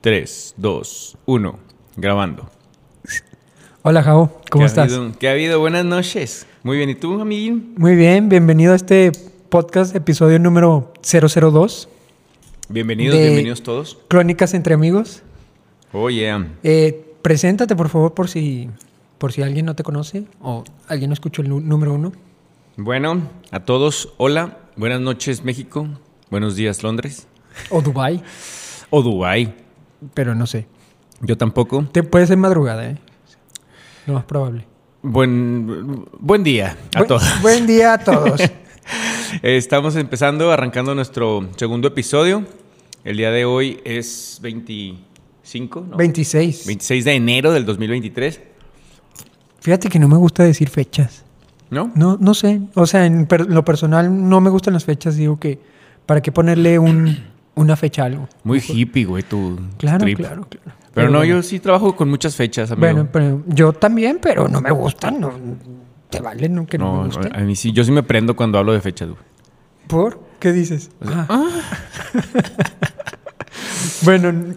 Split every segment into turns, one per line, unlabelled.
3, 2, 1. Grabando.
Hola, Jao. ¿Cómo
¿Qué
estás?
Ha habido? ¿Qué ha habido? Buenas noches. Muy bien. ¿Y tú, amiguín?
Muy bien, bienvenido a este podcast, episodio número 002,
Bienvenidos,
De-
bienvenidos todos.
Crónicas entre amigos.
Oh, yeah.
Eh, preséntate, por favor, por si, por si alguien no te conoce o alguien no escuchó el nu- número uno.
Bueno, a todos, hola. Buenas noches, México. Buenos días, Londres.
O Dubai,
O Dubái.
pero no sé.
Yo tampoco.
Te puede ser madrugada, ¿eh? Lo más probable.
Buen, buen día a
Buen-
todos.
Buen día a todos.
Eh, Estamos empezando, arrancando nuestro segundo episodio. El día de hoy es 25, ¿no?
26.
26 de enero del 2023,
Fíjate que no me gusta decir fechas.
¿no?
No, no sé. O sea, en per- lo personal no me gustan las fechas. Digo que, ¿para qué ponerle un, una fecha a algo?
Muy hippie, güey, tu
Claro,
trip.
claro, claro.
Pero no,
bueno.
yo sí trabajo con muchas fechas, amigo.
Bueno, pero yo también, pero no me gustan. No, ¿Te vale no, que no,
no,
me
no, eh.
gusten?
a mí sí, yo sí me prendo cuando hablo de fechas, güey.
¿Por? ¿Qué dices? Ah.
ah.
bueno, n-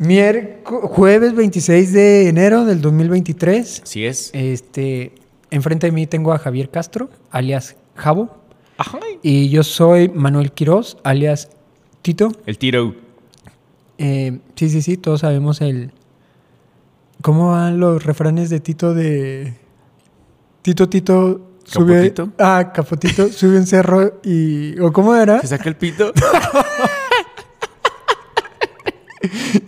miérco- jueves 26 de enero del 2023.
Así es.
Este, enfrente de mí tengo a Javier Castro, alias Javo.
Ajá.
Y yo soy Manuel Quirós, alias Tito.
El tiro.
Eh, sí, sí, sí, todos sabemos el... ¿Cómo van los refranes de Tito de... Tito, Tito, sube...
¿Capotito?
Ah, Capotito, sube un cerro y... ¿O cómo era?
Se saca el pito.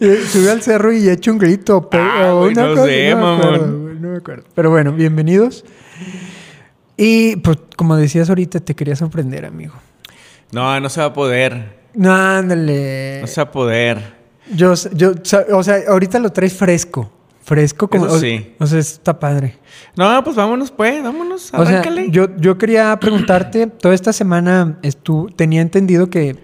Eh, sube al cerro y echa un grito. pe-
Ah,
o
güey,
una
no
cosa,
sé,
me
mamón.
acuerdo, güey, no me acuerdo. Pero bueno, bienvenidos. Y pues como decías ahorita, te quería sorprender, amigo.
No, no se va a poder.
No, ándale.
No se va a poder.
Yo, s- yo, sa- o sea, ahorita lo traes fresco. Fresco como...
Eso
o-
sí.
O, sea, está padre.
No, pues vámonos, pues. Vámonos.
O sea,
Arráncale.
yo, yo quería preguntarte, toda esta semana estu- tenía entendido que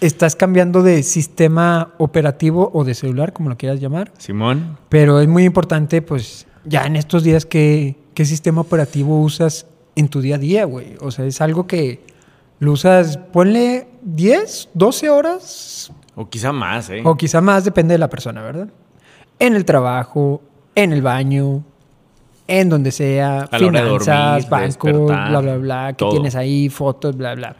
estás cambiando de sistema operativo o de celular, como lo quieras llamar,
Simón.
pero es muy importante, pues, ya en estos días, ¿qué, qué sistema operativo usas en tu día a día, güey? O sea, es algo que lo usas, ponle 10, 12 horas
O quizá más, ¿eh?
o quizá más, depende de la persona, ¿verdad? En el trabajo, en el baño, en donde sea,
A la hora de
finanzas,
dormir,
banco,
despertar,
bla, bla, bla, que
todo.
tienes ahí, fotos, bla, bla.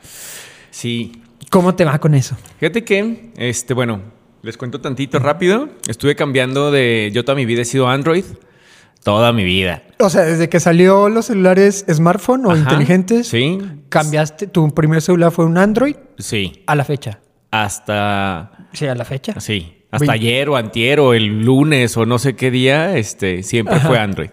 Sí.
¿Cómo te va con eso?
Fíjate que, este, bueno, les cuento tantito rápido. Estuve cambiando de. Yo toda mi vida he sido Android. Toda mi vida.
O sea, desde que salió los celulares smartphone o
Ajá,
inteligentes,
Sí.
cambiaste, tu primer celular fue un Android
Sí.
a la fecha.
Hasta.
Sí, a la fecha.
Sí, hasta
Vein-
ayer o antier o el lunes o no sé qué día, este, siempre fue Android.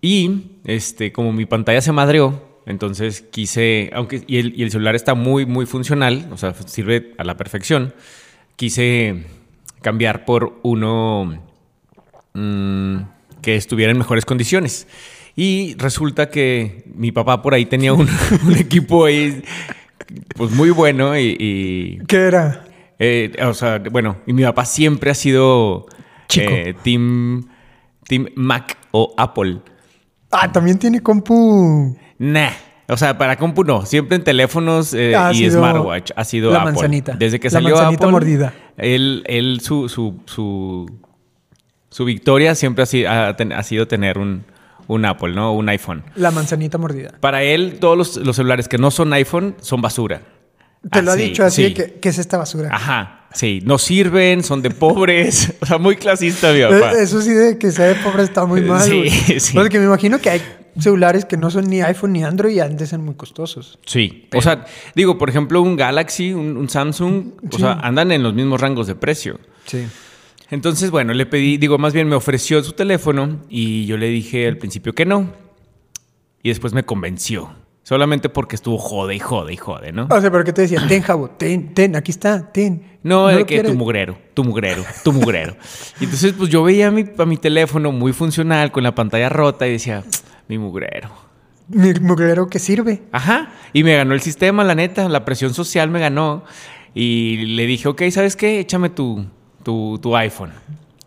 Y este, como mi pantalla se madreó, entonces quise, aunque y el, y el celular está muy muy funcional, o sea, sirve a la perfección, quise cambiar por uno mm, que estuviera en mejores condiciones. Y resulta que mi papá por ahí tenía un, un equipo ahí, pues muy bueno y- y
¿Qué era?
eh, o sea, bueno, y mi papá siempre ha sido
Chico.
eh, team, team Mac o Apple.
Ah, también tiene compu.
Nah. O sea, para compu no. Siempre en teléfonos eh,
Ha
y
sido
smartwatch ha sido
la
Apple.
manzanita.
Desde que
La
salió
manzanita
Apple,
mordida.
Él, él su, su, su, su victoria siempre ha, si- ha ten- ha sido tener un, un Apple, ¿no? Un iPhone.
La manzanita mordida.
Para él, todos los, los celulares que no son iPhone son basura.
Te lo ha
Así,
dicho así,
Ah, sí.
de que, que es esta basura.
Ajá, sí, no sirven, son de pobres. O sea, muy clasista, mi papá. Eh,
Eh, Eso sí de que sea de pobre está muy mal.
Sí,
güey.
sí.
Porque me imagino que hay celulares que no son ni iPhone ni Android y han de ser muy costosos.
Sí, o sea, digo, por ejemplo, un Galaxy, un, un Samsung, o
Sí.
sea, andan en los mismos rangos de precio.
Sí.
Entonces, bueno, le pedí, digo, más bien me ofreció su teléfono y yo le dije al principio que no. Y después me convenció. Solamente porque estuvo jode y jode y jode, ¿no?
O sea, pero que te decía, ten, Jabo, ten, ten, aquí está, ten.
No, de
lo
que
quieres?
tu mugrero, tu mugrero, tu mugrero. y entonces, pues yo veía mi, a mi teléfono muy funcional, con la pantalla rota, y decía, mi mugrero.
Mi mugrero que sirve.
Ajá. Y me ganó el sistema, la neta, la presión social me ganó. Y le dije, ok, ¿sabes qué? Échame tu, tu, tu iPhone,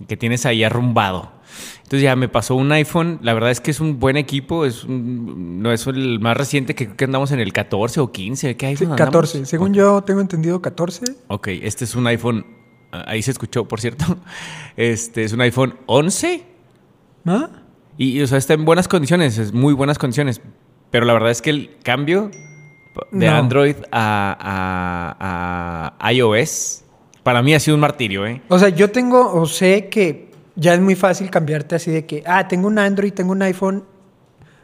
que tienes ahí arrumbado. Entonces ya me pasó un iPhone, la verdad es que es un buen equipo, es un- no es el más reciente que, creo que andamos en el 14 o 15, ¿qué
Sí,
iPhone? andamos?
14. Según yo tengo entendido, 14.
Ok, este es un iPhone ah, ahí se escuchó, por cierto. Este es un iPhone 11
¿Ah?
y, y, o sea, está en buenas condiciones, es muy buenas condiciones. Pero la verdad es que el cambio de
No.
Android a, a- a iOS para mí ha sido un martirio, ¿eh?
O sea, yo tengo, o sé que ya es muy fácil cambiarte así de que, ah, tengo un Android, tengo un iPhone,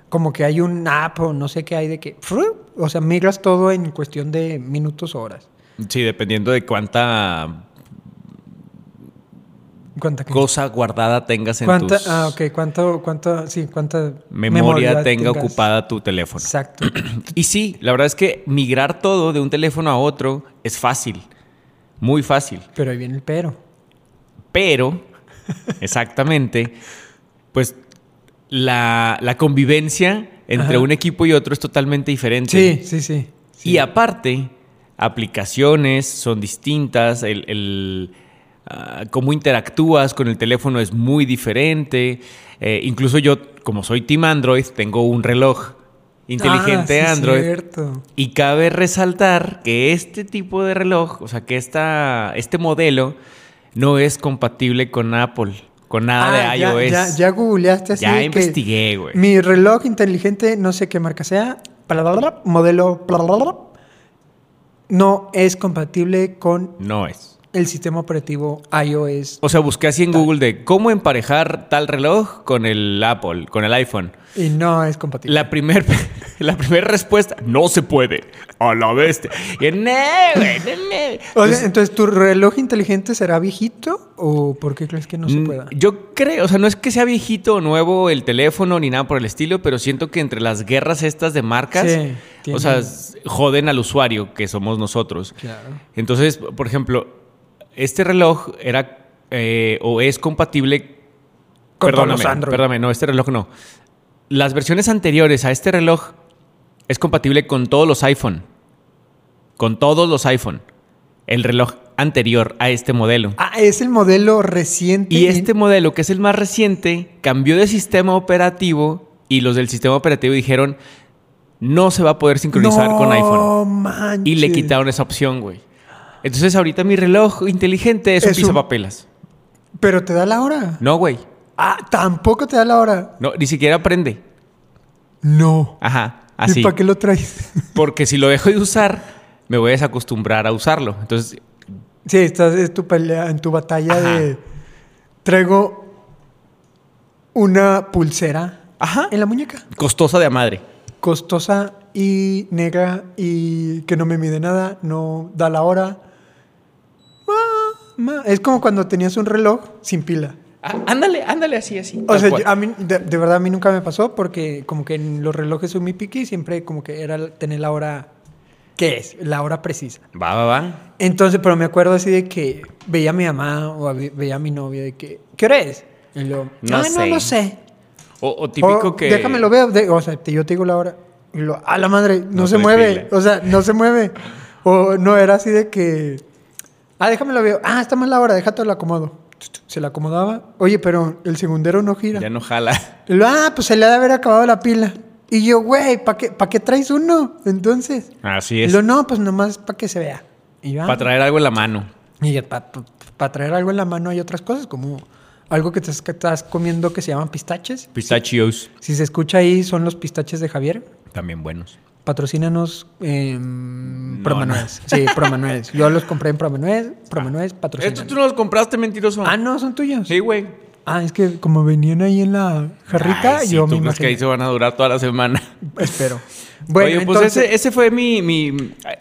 como que hay un app o no sé qué hay de que, ¡fru! o sea, migras todo en cuestión de minutos, horas.
Sí, dependiendo de cuánta
¿Cuánta, qué?
cosa guardada tengas en
¿Cuánta-
tus
Ah, ok, ¿cuánto, cuánto, sí, cuánta
memoria, tenga
tengas?
ocupada tu teléfono.
Exacto.
Y sí, la verdad es que migrar todo de un teléfono a otro es fácil, muy fácil.
Pero ahí viene el pero.
Pero, exactamente, pues la, la convivencia entre
Ajá.
un equipo y otro es totalmente diferente.
Sí, sí, sí. sí.
Y aparte, aplicaciones son distintas, el, el, ah, cómo interactúas con el teléfono es muy diferente. Eh, incluso yo, como soy Team Android, tengo un reloj inteligente
Ah, sí,
Android.
cierto.
Y cabe resaltar que este tipo de reloj, o sea, que esta, este modelo no es compatible con Apple, con nada
Ah,
de
ya-
iOS.
Ya, ya googleaste así.
Ya
de que
investigué, güey.
Mi reloj inteligente, no sé qué marca sea, blablabla, modelo, blablabla, no es compatible con
No es.
el sistema operativo iOS.
O sea, busqué así en Google de cómo emparejar tal reloj con el Apple, con el iPhone.
Y no es compatible.
La primer, la primer respuesta, no se puede. A la bestia. Y, no, güey, no, no".
O sea, entonces, ¿tu reloj inteligente será viejito o por qué crees que no se
Mm,
pueda?
Yo creo, o sea, no es que sea viejito o nuevo el teléfono ni nada por el estilo, pero siento que entre las guerras estas de marcas,
Sí,
o
tienen-
sea, s- joden al usuario que somos nosotros.
Claro.
Entonces, por ejemplo, este reloj era eh, o es compatible
Con todos
perdóname,
los Android.
perdóname, no, este reloj no. Las versiones anteriores a este reloj es compatible con todos los iPhone. Con todos los iPhone. El reloj anterior a este modelo.
Ah, es el modelo reciente.
Y este modelo, que es el más reciente, cambió de sistema operativo y los del sistema operativo dijeron no se va a poder sincronizar con iPhone.
No manches.
Y le quitaron esa opción, güey. Entonces ahorita mi reloj inteligente es,
Es
un
un-
pisapapelas.
Pero te da la hora.
No, güey.
Ah, tampoco te da la hora.
No, ni siquiera aprende.
No.
Ajá, así.
¿Y para qué lo traes?
Porque si lo dejo de usar, me voy a desacostumbrar a usarlo. Entonces,
Sí, estás en tu pelea, en tu batalla
Ajá.
de traigo una pulsera ah,
ajá,
en la muñeca,
costosa de a madre.
costosa y negra y que no me mide nada, no da la hora. Ah, ma- Es como cuando tenías un reloj sin pila.
Ah, ándale, ándale así, así.
O
tal
sea,
cual.
yo- a mí, de, de verdad a mí nunca me pasó porque como que en los relojes son mi pique y siempre como que era tener la hora, ¿qué es? La hora precisa.
Va, va, va.
Entonces, pero me acuerdo así de que veía a mi mamá o a- veía a mi novia de que, ¿qué hora es? Y luego,
No
"Ah,
sé".
no lo sé.
O, o típico
O,
que...
Déjame lo veo. de- o sea, te- yo te digo la hora. Y lo, a la madre, no,
No
se
trae
mueve.
pila.
O sea, no se mueve. O no, era así de que, ah, déjame lo veo. Ah, está mal la hora, déjate lo acomodo. Se la acomodaba. Oye, pero el segundero no gira.
Ya no jala.
Y lo, ah, pues se le ha de haber acabado la pila. Y yo, güey, ¿para qué, pa' qué traes uno? Entonces.
Así
Y
es.
lo, no, pues nomás para que se vea. Y yo, "Ah,
Para traer algo en la mano.
y para traer algo en la mano hay otras cosas, como algo que te es- que estás comiendo que se llaman pistaches.
Pistachios.
Si se escucha ahí, son los pistaches de Javier.
También buenos.
Patrocínanos eh, Promanuez. Sí, Promanuez. Yo los compré en Promanuez. Promanuez,
Estos
patrocínanos.
Ah, tú no los compraste, mentiroso.
Ah, no, son tuyos.
Sí, güey.
Ah, es que como venían ahí en la jarrita,
Ay, sí,
yo
tú
me
crees que ahí
imaginé.
se van a durar toda la semana.
Espero. Bueno,
Oye, pues
entonces...
ese, ese fue mi, mi-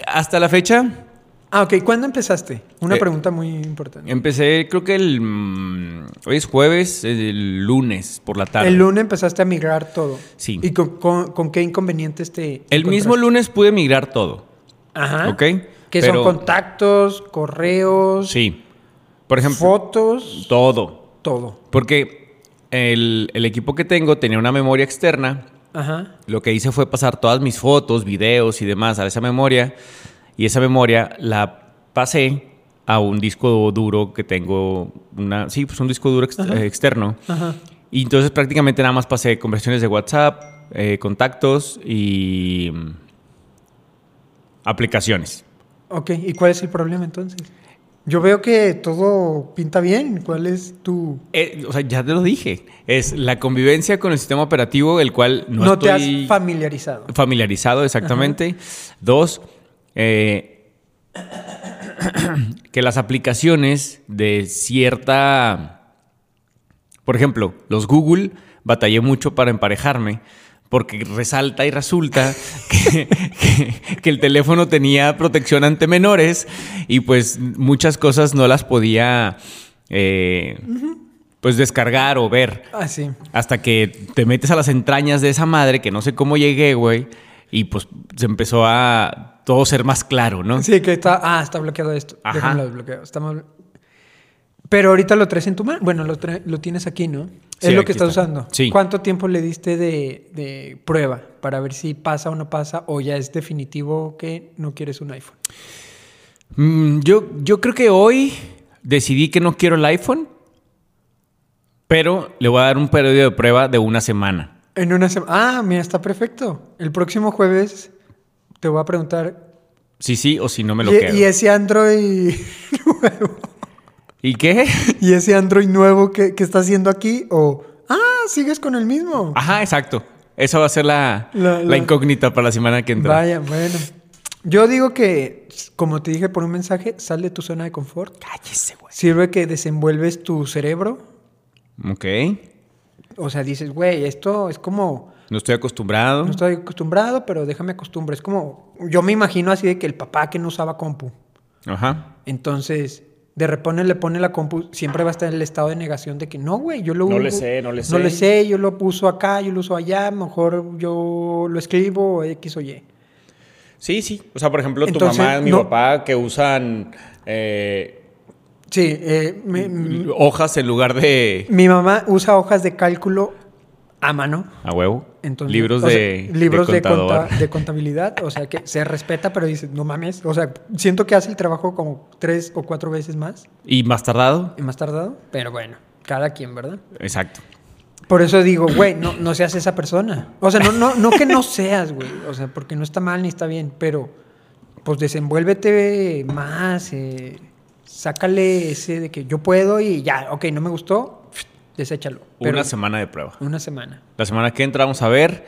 Hasta la fecha
Ah, ok. ¿Cuándo empezaste? Una
Eh,
pregunta muy importante.
empecé, creo que el... mm, Hoy es jueves, el lunes por la tarde.
El lunes empezaste a migrar todo.
Sí.
¿Y con, con- con qué inconvenientes te
El mismo
encontraste?
lunes pude migrar todo.
Ajá.
¿Ok?
Que
Pero-
son contactos, correos,
Sí. Por ejemplo,
fotos,
todo.
todo.
Porque el, el equipo que tengo tenía una memoria externa
Ajá.
Lo que hice fue pasar todas mis fotos, videos y demás a esa memoria y esa memoria la pasé a un disco duro que tengo, una, sí, pues un disco duro ex- eh, externo.
Ajá.
Y entonces prácticamente nada más pasé conversiones de WhatsApp, eh, contactos y mm, aplicaciones.
Ok, ¿y cuál es el problema entonces? Yo veo que todo pinta bien. ¿Cuál es tu...?
Eh, o sea, ya te lo dije. Es la convivencia con el sistema operativo, el cual no,
No, te has
estoy
familiarizado.
familiarizado, exactamente. Dos, eh, que las aplicaciones de cierta... Por ejemplo, los Google batallé mucho para emparejarme porque resalta y resulta que, que- que el teléfono tenía protección ante menores y pues muchas cosas no las podía eh, pues descargar o ver.
Ah, sí.
Hasta que te metes a las entrañas de esa madre que no sé cómo llegué, güey. Y pues se empezó a todo ser más claro, ¿no?
Sí, que está... Ah, está bloqueado esto.
Ajá.
Déjamelo desbloqueo. Estamos... Pero ahorita lo traes en tu mano. Bueno, lo, tra- lo tienes aquí, ¿no?
Sí,
es lo
aquí
que estás
está.
usando.
Sí.
¿Cuánto tiempo le diste de, de prueba para ver si pasa o no pasa o ya es definitivo que no quieres un iPhone?
Mm, yo, yo creo que hoy decidí que no quiero el iPhone, pero le voy a dar un periodo de prueba de una semana.
En una semana. Ah, mira, está perfecto. El próximo jueves te voy a preguntar.
Si sí o si no me lo
¿y, e-,
quedo.
y ese Android nuevo?
¿Y qué?
¿Y ese Android nuevo que, que está haciendo aquí? O. Ah, sigues con el mismo.
Ajá, exacto. Esa va a ser la,
La-
la
la-
incógnita para la semana que entra.
Vaya, bueno. Yo digo que, como te dije por un mensaje, sal de tu zona de confort.
Cállese, güey.
Sirve que desenvuelves tu cerebro.
Ok.
O sea, dices, güey, esto es como.
No estoy acostumbrado.
No estoy acostumbrado, pero déjame acostumbrar. Es como. Yo me imagino así de que el papá que no usaba compu.
Ajá.
Entonces, de repente le pone la compu, siempre va a estar en el estado de negación de que no, güey, yo lo
No le
uso-
sé, no le
No le
sé".
sé, yo lo puso acá, yo lo uso allá, mejor yo lo escribo X o Y.
Sí, sí. O sea, por ejemplo,
Entonces,
tu mamá, mi
no-
papá, que usan eh,
Sí, eh, mi, mi-
hojas en lugar de...
mi mamá usa hojas de cálculo a mano.
A huevo.
Entonces,
libros
o sea,
de...
libros de, conta-
contador.
de contabilidad, o sea que se respeta, pero dices, no mames, o sea, siento que hace el trabajo como tres o cuatro veces más
¿Y más tardado?
y más tardado, pero bueno, cada quien, ¿verdad?
Exacto.
Por eso digo, güey, no, no seas esa persona. O sea, no, no, no que no seas, güey. O sea, porque no está mal ni está bien, pero pues desenvuélvete más, eh, sácale ese de que yo puedo y ya, ok, no me gustó, deséchalo. Pero
Una semana de prueba.
Una semana.
La semana que entra vamos a ver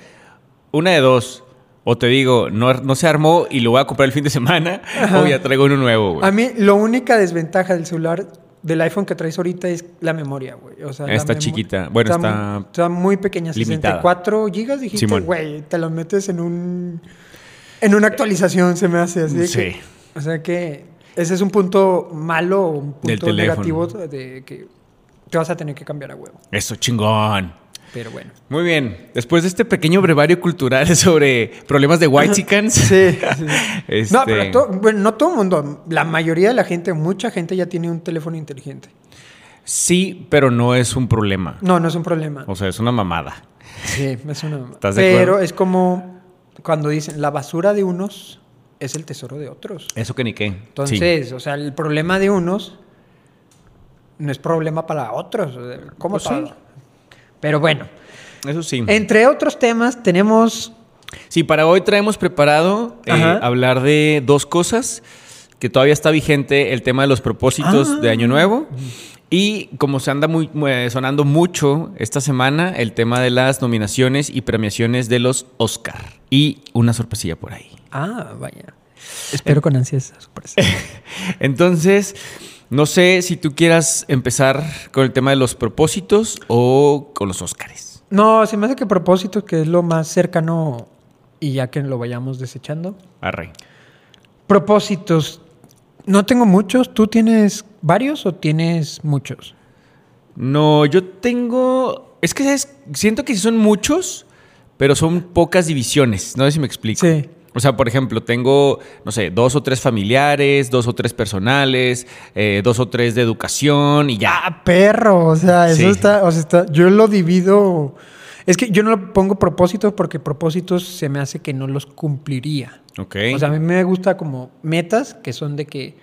una de dos. O te digo, no, no se armó y lo voy a comprar el fin de semana o ya traigo uno nuevo, güey.
A mí, la única desventaja del celular del iPhone que traes ahorita es la memoria, güey. O sea, la
Está
memo-
chiquita. Bueno, está
mu- está muy pequeña,
limitada.
64 gigas, dijiste,
Simón.
güey, te lo metes en un en una actualización se me hace así. de
Sí.
que- o sea que ese es un punto malo, o un
Del
punto
teléfono.
negativo de que te vas a tener que cambiar a huevo.
Eso, chingón.
Pero bueno.
Muy bien. Después de este pequeño brevario cultural sobre problemas de white
Sí, sí.
Este-
No, pero to- bueno, no todo el mundo, la mayoría de la gente, mucha gente ya tiene un teléfono inteligente.
Sí, pero no es un problema.
No, no es un problema.
O sea, es una mamada.
Sí, me suena.
¿Estás de
Pero
acuerdo?
es como cuando dicen, la basura de unos es el tesoro de otros.
Eso que ni qué. Sí.
Entonces, o sea, el problema de unos no es problema para otros. o sea, ¿Cómo
Pues sí.
todo? Pero bueno,
eso sí.
entre otros temas tenemos...
Sí, para hoy traemos preparado eh,
Ajá.
hablar de dos cosas que todavía está vigente el tema de los propósitos
Ah.
de Año Nuevo y como se anda muy, eh, sonando mucho esta semana el tema de las nominaciones y premiaciones de los Oscar y una sorpresilla por ahí.
Ah, vaya. Eh, Espero con ansias esa sorpresa.
Entonces, no sé si tú quieras empezar con el tema de los propósitos o con los Oscars.
No, se me hace que propósito, que es lo más cercano y ya que lo vayamos desechando.
Arre.
Propósitos. No tengo muchos. ¿Tú tienes varios o tienes muchos?
No, yo tengo. Es que ¿sabes? siento que sí son muchos, pero son pocas divisiones. No sé si me explico.
Sí.
O sea, por ejemplo, tengo, no sé, dos o tres familiares, dos o tres personales, eh, dos o tres de educación y ya.
Ah, perro. O sea, eso
Sí.
está, o sea, está- Yo lo divido. Es que yo no lo pongo propósitos porque propósitos se me hace que no los cumpliría.
Ok.
O sea, a mí me gusta como metas que son de que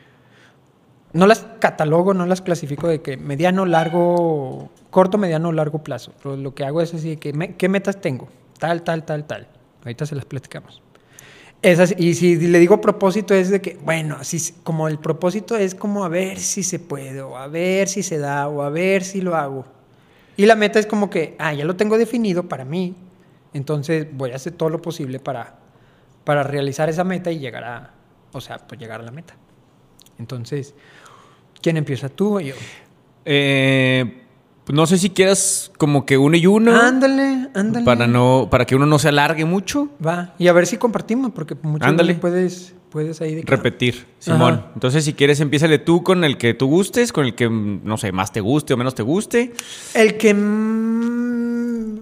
no las catalogo, no las clasifico de que mediano, largo, corto, mediano, largo plazo. Pero lo que hago es así de que me- qué metas tengo, tal, tal, tal, tal. Ahorita se las platicamos. Es así, y si le digo propósito es de que, bueno, así s- como el propósito es como a ver si se puede, o a ver si se da, o a ver si lo hago. Y la meta es como que, ah, ya lo tengo definido para mí, entonces voy a hacer todo lo posible para, para realizar esa meta y llegar a, o sea, pues llegar a la meta. Entonces, ¿quién empieza tú o yo?
Eh, no sé si quieras como que uno y uno.
Ándale, ándale.
Para, no, para que uno no se alargue mucho.
Va, y a ver si compartimos, porque muchas
Ándale.
veces puedes, puedes ahí... de que-
Repetir, Simón.
Ajá.
Entonces, si quieres, empiézale tú con el que tú gustes, con el que, mm, no sé, más te guste o menos te guste.
El que mm,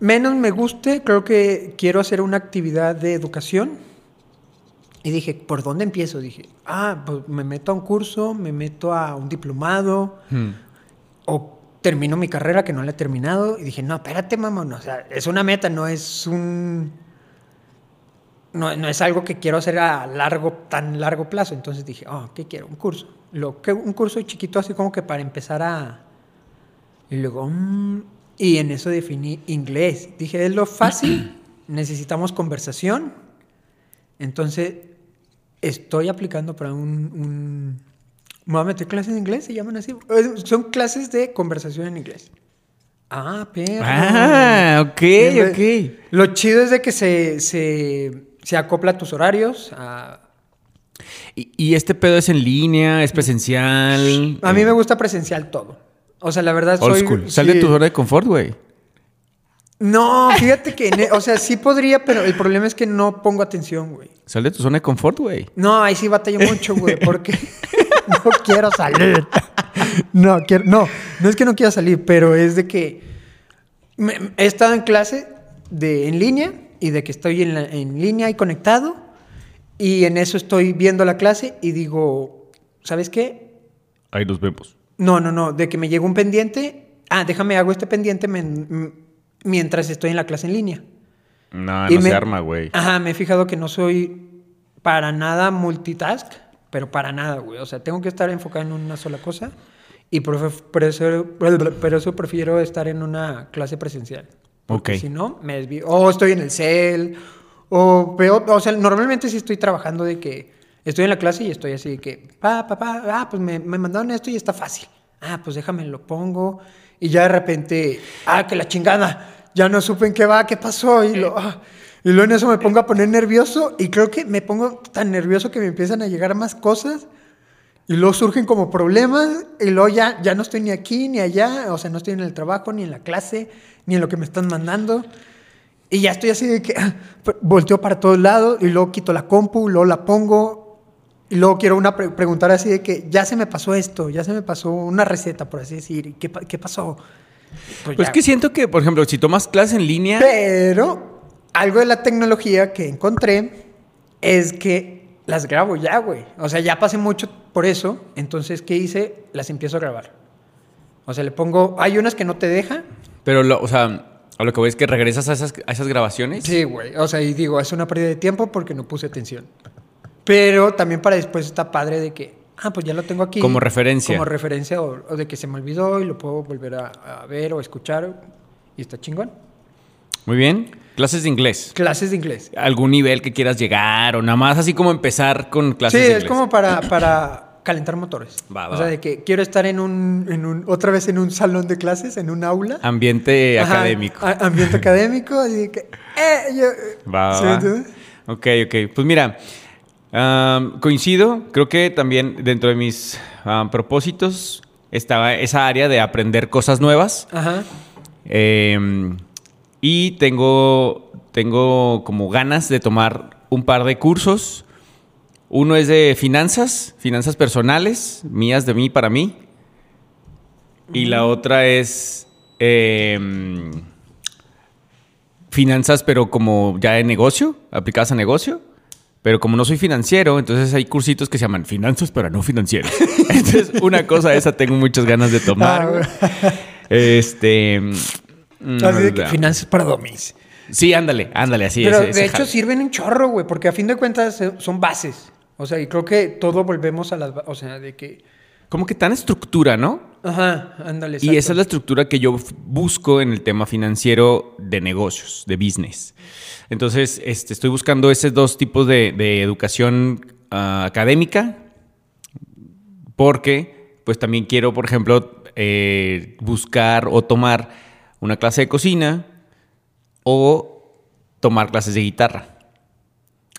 menos me guste, creo que quiero hacer una actividad de educación. Y dije, ¿por dónde empiezo? Dije, ah, pues me meto a un curso, me meto a un diplomado,
Hmm.
o termino mi carrera que no la he terminado. Y dije, no, espérate, mamón, o sea, es una meta, no es un... No, no es algo que quiero hacer a largo, tan largo plazo. Entonces dije, oh, ¿qué quiero? Un curso. Lo que, un curso chiquito así como que para empezar a... Y luego, mm, y en eso definí inglés. Dije, es lo fácil, necesitamos conversación. Entonces, estoy aplicando para un... un me voy a meter clases de inglés, se llaman así. Eh, Son clases de conversación en inglés. Ah, pero...
Ah, ok, ok.
Lo chido es de que se, se, se acopla a tus horarios. A,
Y, y este pedo es en línea, es presencial.
a mí me gusta presencial todo. O sea, la verdad
Old
soy...
school. Sal de
sí.
tu zona de confort, güey.
No, fíjate que, ne- o sea, sí podría, pero el problema es que no pongo atención, güey.
Sal de tu zona de confort, güey.
No, ahí sí batallo mucho, güey, porque no quiero salir. No, quiero, no, no es que no quiera salir, pero es de que me- he estado en clase de, en línea y de que estoy en, la- en línea y conectado y en eso estoy viendo la clase y digo, ¿sabes qué?
Ahí nos vemos.
No, no, no, de que me llega un pendiente, ah, déjame, hago este pendiente men- m- mientras estoy en la clase en línea.
No,
Y
no
me-
se arma, güey.
Ajá, me he fijado que no soy para nada multitask, pero para nada, güey. O sea, tengo que estar enfocado en una sola cosa y profe- por eso, pero eso prefiero estar en una clase presencial. Porque
Ok.
Si no, me desvío. O estoy en el cel, o veo, o sea, normalmente sí estoy trabajando de que estoy en la clase y estoy así de que, pa, pa, pa, ah, pues me, me mandaron esto y está fácil. Ah, pues déjame, lo pongo. Y ya de repente, ah, que la chingada, ya no supe en qué va, qué pasó. Y lo, ah. y luego en eso me pongo a poner nervioso y creo que me pongo tan nervioso que me empiezan a llegar más cosas. Y luego surgen como problemas y luego ya, ya no estoy ni aquí ni allá, o sea, no estoy en el trabajo, ni en la clase, ni en lo que me están mandando. Y ya estoy así de que ah, p- volteo para todos lados y luego quito la compu, luego la pongo y luego quiero una pre- preguntar así de que ya se me pasó esto, ya se me pasó una receta, por así decir, ¿y ¿qué, pa- qué pasó?
Pues
ya.
es que siento que, por ejemplo, si tomas clase en línea.
Pero algo de la tecnología que encontré es que las grabo ya, güey. O sea, ya pasé mucho por eso. Entonces, ¿qué hice? Las empiezo a grabar. O sea, le pongo. Hay unas que no te deja.
Pero, lo- o sea, a lo que voy es que regresas a esas, a esas grabaciones.
Sí, güey. O sea, y digo, es una pérdida de tiempo porque no puse atención. Pero también para después está padre de que, ah, pues ya lo tengo aquí.
Como referencia.
Como referencia o, o de que se me olvidó y lo puedo volver a, a ver o escuchar. Y está chingón.
Muy bien. Clases de inglés.
Clases de inglés.
Algún nivel que quieras llegar o nada más así como empezar con
Sí,
clases de
es
inglés.
como para, para calentar motores.
Va, va,
o sea,
va.
de que quiero estar en un, en un, otra vez en un salón de clases, en un aula.
Ambiente
Ajá,
Ah, académico.
a- ambiente académico, así de que, eh, yo-
Va, va,
¿sí me
va.
entiendes?
Ok, ok. Pues mira, am, coincido. Creo que también dentro de mis am, propósitos estaba esa área de aprender cosas nuevas.
Ajá.
Mm, Eh, y tengo, tengo como ganas de tomar un par de cursos. Uno es de finanzas, finanzas personales, mías de mí para mí. Y la otra es eh, finanzas, pero como ya de negocio, aplicadas a negocio. Pero como no soy financiero, entonces hay cursitos que se llaman finanzas para no financieros. Entonces, una cosa esa tengo muchas ganas de tomar.
Ah,
güey.
güey.
Este.
Así de que
mm,
finanzas para dummies.
Sí, ándale, ándale, así
Pero
ese-
de
ese
hecho
jale.
sirven un chorro, güey, porque a fin de cuentas eh, son bases. O sea, y creo que todo volvemos a las. ba- O sea, de que.
Como que tan estructura, ¿no?
Ajá, ándale.
Y esa es la estructura que yo f- busco en el tema financiero de negocios, de business. Entonces, este, estoy buscando esos dos tipos de, de educación ah, académica, porque pues también quiero, por ejemplo, eh, buscar o tomar una clase de cocina o tomar clases de guitarra.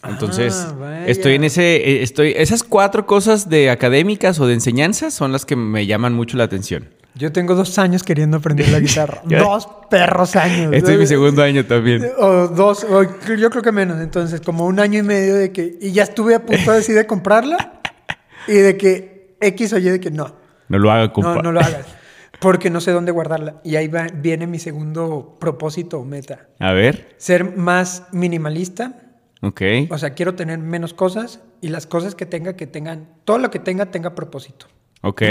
Entonces,
Ah, vaya.
estoy en ese, eh, estoy, esas cuatro cosas de académicas o de enseñanzas son las que me llaman mucho la atención.
Yo tengo dos años queriendo aprender la guitarra.
Ya.
dos perros años.
Este es mi segundo año también.
O dos, o cre- yo creo que menos. Entonces, como un año y medio de que. Y ya estuve a punto de sí de comprarla. Y de que X o Y de que no.
No lo haga, compa.
No, no lo hagas. Porque no sé dónde guardarla. Y ahí va- viene mi segundo propósito o meta.
A ver,
Ser más minimalista.
ok.
O sea, quiero tener menos cosas. Y las cosas que tenga, que tengan. Todo lo que tenga, tenga propósito.
Ok.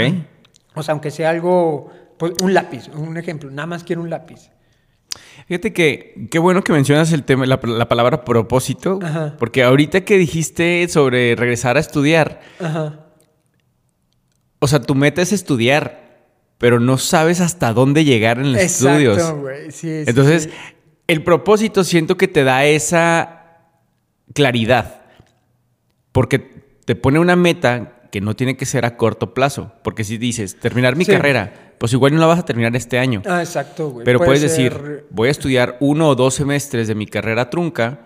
O sea, aunque sea algo. Pues, un lápiz, un ejemplo. Nada más quiero un lápiz.
Fíjate que qué bueno que mencionas el tema, la, la palabra propósito,
Ajá.
porque ahorita que dijiste sobre regresar a estudiar,
Ajá.
o sea, tu meta es estudiar, pero no sabes hasta dónde llegar en los estudios.
güey. Sí, sí,
Entonces,
sí.
el propósito siento que te da esa claridad, porque te pone una meta que no tiene que ser a corto plazo, porque si dices, terminar mi
Sí.
carrera, pues igual no la vas a terminar este año.
Ah, exacto, güey.
Pero
Puede
puedes
ser-
decir, voy a estudiar uno o dos semestres de mi carrera trunca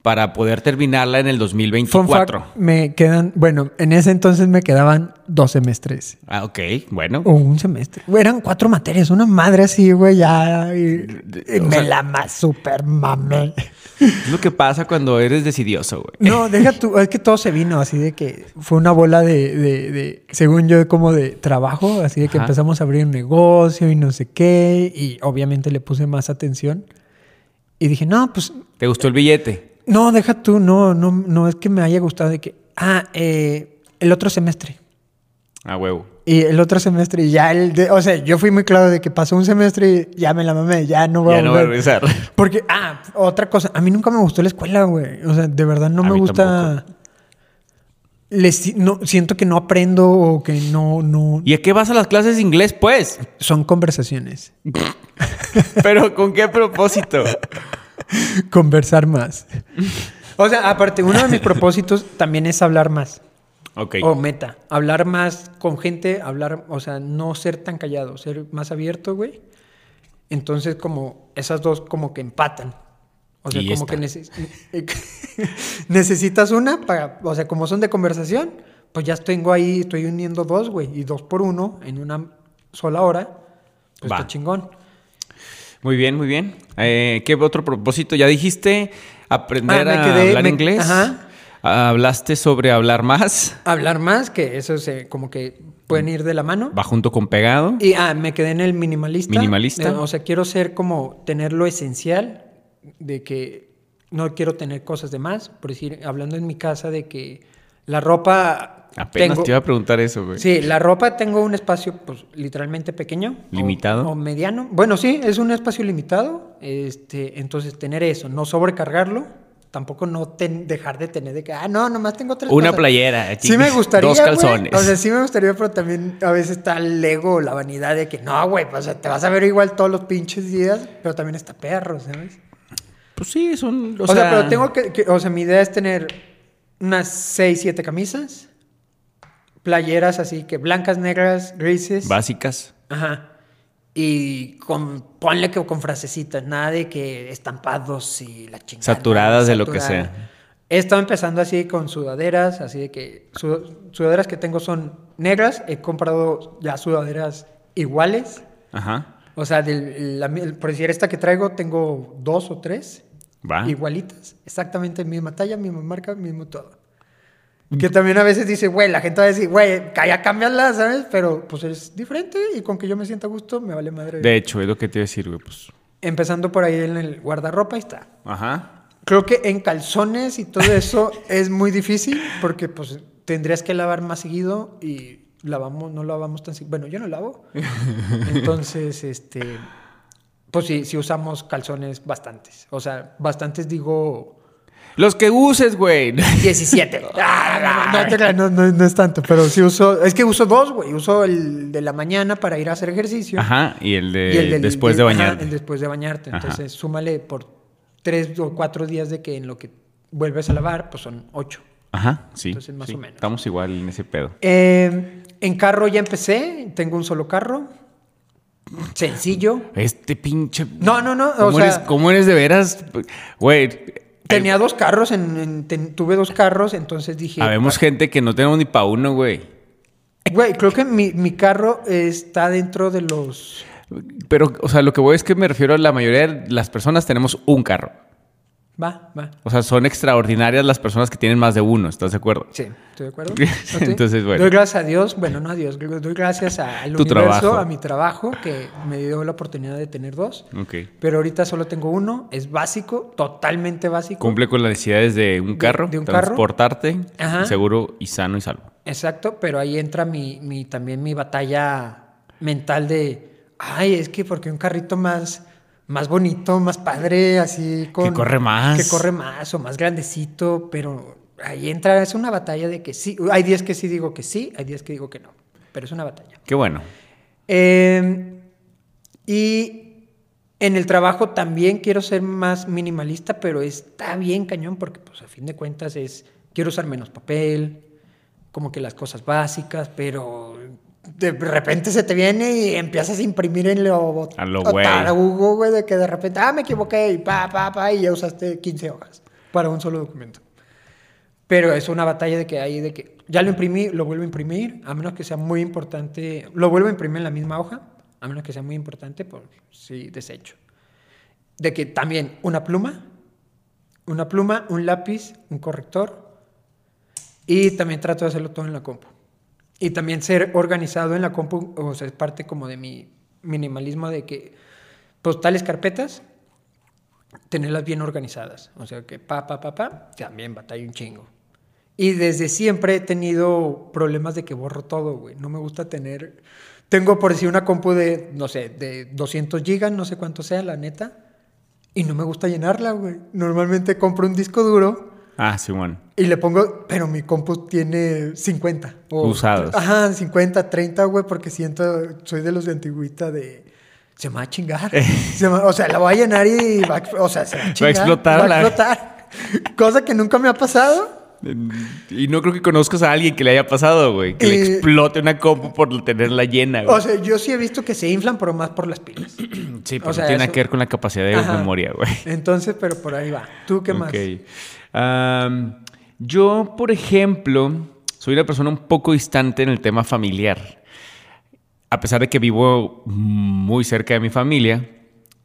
para poder terminarla en el
Fun
2024.
fact, me quedan, bueno, en ese entonces me quedaban dos semestres.
Ah, ok, bueno.
O un semestre. Güey, Eran cuatro materias, una madre así, güey, ya. y- y
o
me
sea-
la más super mamé.
Es lo que pasa cuando eres decidioso, güey.
No, deja tú, es que todo se vino así de que fue una bola de, de- de- según yo, como de trabajo, así de que
Ajá.
empezamos a abrir un negocio y no sé qué, y obviamente le puse más atención. Y dije, no, pues
¿Te gustó el billete?
No, deja tú, no, no, no es que me haya gustado de que, ah, eh, el otro semestre.
Ah, huevo.
Y el otro semestre, y ya el, de- o sea, yo fui muy claro de que pasó un semestre y ya me la mamé, ya no voy
Ya
a
no voy a
volver.
regresar.
Porque, ah, otra cosa, a mí nunca me gustó la escuela, güey. O sea, de verdad no
A
me
mí
gusta. Les, si- no, siento que no aprendo o que no, no.
¿Y a qué vas a las clases de inglés, pues?
Son conversaciones.
¿Pero con qué propósito?
Conversar más. o sea, aparte, uno de mis propósitos también es hablar más.
Ok.
O meta, hablar más con gente, hablar, o sea, no ser tan callado, ser más abierto, güey. Entonces, como esas dos como que empatan. O sea,
Y
como
esta.
que neces- necesitas una para, o sea, como son de conversación, pues ya tengo ahí, estoy uniendo dos, güey, y dos por uno en una sola hora, pues
Va.
está chingón.
Muy bien, muy bien. Eh, ¿Qué otro propósito? Ya dijiste aprender
Ah, me
a
quedé-
hablar
me-
inglés.
ajá.
Ah, Hablaste sobre hablar más.
Hablar más, que eso se, como que
Mm.
pueden ir de la mano.
Va junto con pegado.
Y ah, me quedé en el minimalista.
Minimalista.
Eh, O sea, quiero ser como tener lo esencial de que no quiero tener cosas de más. Por decir, hablando en mi casa de que la ropa.
Apenas
tengo-
te iba a preguntar eso, güey.
Sí, la ropa tengo un espacio, pues, literalmente pequeño. o-
Limitado.
O, mediano. Bueno, sí, es un espacio limitado. Este, entonces, tener eso, no sobrecargarlo. Tampoco no ten- dejar de tener de que, ah, no, nomás tengo tres
Una
cosas".
playera.
Sí me gustaría,
Dos
güey.
calzones.
O sea, sí me gustaría, pero también a veces está el ego, la vanidad de que no, güey, pues o sea, te vas a ver igual todos los pinches días, pero también está perro, ¿sabes?
Pues sí, son.
O, sea, pero tengo que, que- o sea, mi idea es tener unas 6, 7 camisas, playeras así que blancas, negras, grises.
Básicas.
Ajá. Y con, ponle que con frasecitas, nada de que estampados y la chingada.
Saturadas de lo que
saturada.
sea.
He estado empezando así con sudaderas, así de que su- sudaderas que tengo son negras, he comprado ya sudaderas iguales.
Ajá.
O sea, del, la mi- por decir esta que traigo, tengo dos o tres
Va.
igualitas, exactamente misma talla, misma marca, mismo todo.
Mm.
Que también a veces dice, güey, la gente va a decir, güey, calla, cámbiala, ¿sabes? Pero pues es diferente y con que yo me sienta a gusto, me vale madre.
De hecho, es lo que te iba a decir, güey. Pues.
Empezando por ahí en el guardarropa, ahí está.
Ajá.
Creo que en calzones y todo eso es muy difícil porque pues tendrías que lavar más seguido y lavamos, no lavamos tan seguido. Bueno, yo no lavo. Entonces, este, pues sí, sí usamos calzones bastantes. O sea, bastantes digo
Los que uses, güey.
17. Ah,
No, te creas, no, no- no es tanto, pero sí uso. Es que uso dos, güey. Uso el de la mañana para ir a hacer ejercicio.
Ajá, y el de
y el del-
después de
del- ajá,
bañarte.
el después de bañarte.
Ajá.
Entonces, súmale por tres o cuatro días de que en lo que vuelves a lavar, pues son ocho.
Ajá, sí.
Entonces, más
sí,
o menos.
Estamos igual en ese pedo.
Eh, en carro ya empecé. Tengo un solo carro. Sencillo.
Este pinche.
No, no, no, o
¿Cómo,
sea-
eres, cómo eres de veras? Güey.
Tenía dos carros, en, en- ten- tuve dos carros, entonces dije. "Ah,
Habemos gente que no tenemos ni pa' uno, güey.
Güey, creo que mi, mi carro está dentro de los.
Pero, o sea, lo que voy es que me refiero a la mayoría de las personas tenemos un carro.
Va, va.
O sea, son extraordinarias las personas que tienen más de uno, ¿estás de acuerdo?
Sí, estoy de acuerdo. Ok.
Entonces, bueno.
Doy gracias a Dios, bueno, no a Dios, doy gracias a- al
Tu
universo,
trabajo.
a mi trabajo, que me dio la oportunidad de tener dos.
Ok.
Pero ahorita solo tengo uno, es básico, totalmente básico.
Cumple con las necesidades de un carro,
de un carro.
transportarte,
Ajá.
seguro y sano y salvo.
Exacto, pero ahí entra mi, mi, también mi batalla mental de, ay, es que porque un carrito más, más bonito, más padre, así con...
Que corre más.
Que corre más o más grandecito, pero ahí entra, es una batalla de que sí, hay días que sí digo que sí, hay días que digo que no, pero es una batalla.
Qué bueno.
Eh, y en el trabajo también quiero ser más minimalista, pero está bien cañón porque pues a fin de cuentas es, quiero usar menos papel, como que las cosas básicas, pero de repente se te viene y empiezas a imprimir en lo,
A lo
o
güey.
tarugo, güey, de que de repente, ah, me equivoqué y pa, pa, pa, y ya usaste 15 hojas para un solo documento. Pero es una batalla de que hay de que ya lo imprimí, lo vuelvo a imprimir, a menos que sea muy importante, lo vuelvo a imprimir en la misma hoja, a menos que sea muy importante, pues sí, desecho. De que también una pluma, una pluma, un lápiz, un corrector, y también trato de hacerlo todo en la compu. Y también ser organizado en la compu, o sea, es parte como de mi minimalismo de que, pues tales carpetas, tenerlas bien organizadas. O sea, que pa, pa, pa, pa, también batalla un chingo. Y desde siempre he tenido problemas de que borro todo, güey. No me gusta tener... Tengo por decir una compu de, no sé, de 200 gigas, no sé cuánto sea, la neta. Y no me gusta llenarla, güey. Normalmente compro un disco duro
Ah, sí, bueno.
y le pongo, pero mi compu tiene 50.
Usados.
Ajá, 50, 30, güey, porque siento, soy de los de antigüita de... Se me va a chingar. Se me- o sea, la voy a llenar y va a, o sea, se va a chingar.
explotar
Va a
la-
explotar. Cosa que nunca me ha pasado.
Y no creo que conozcas a alguien que le haya pasado, güey. Que le
Y-
explote una compu por tenerla llena, güey.
Eh, O sea, yo sí he visto que se inflan, pero más por las pilas.
sí, pero
o sea,
no tiene nada
eso-
que ver con la capacidad de
Ajá.
memoria, güey.
Entonces, pero por ahí va. ¿Tú qué más?
Ok. Am, yo, por ejemplo, soy una persona un poco distante en el tema familiar. A pesar de que vivo muy cerca de mi familia,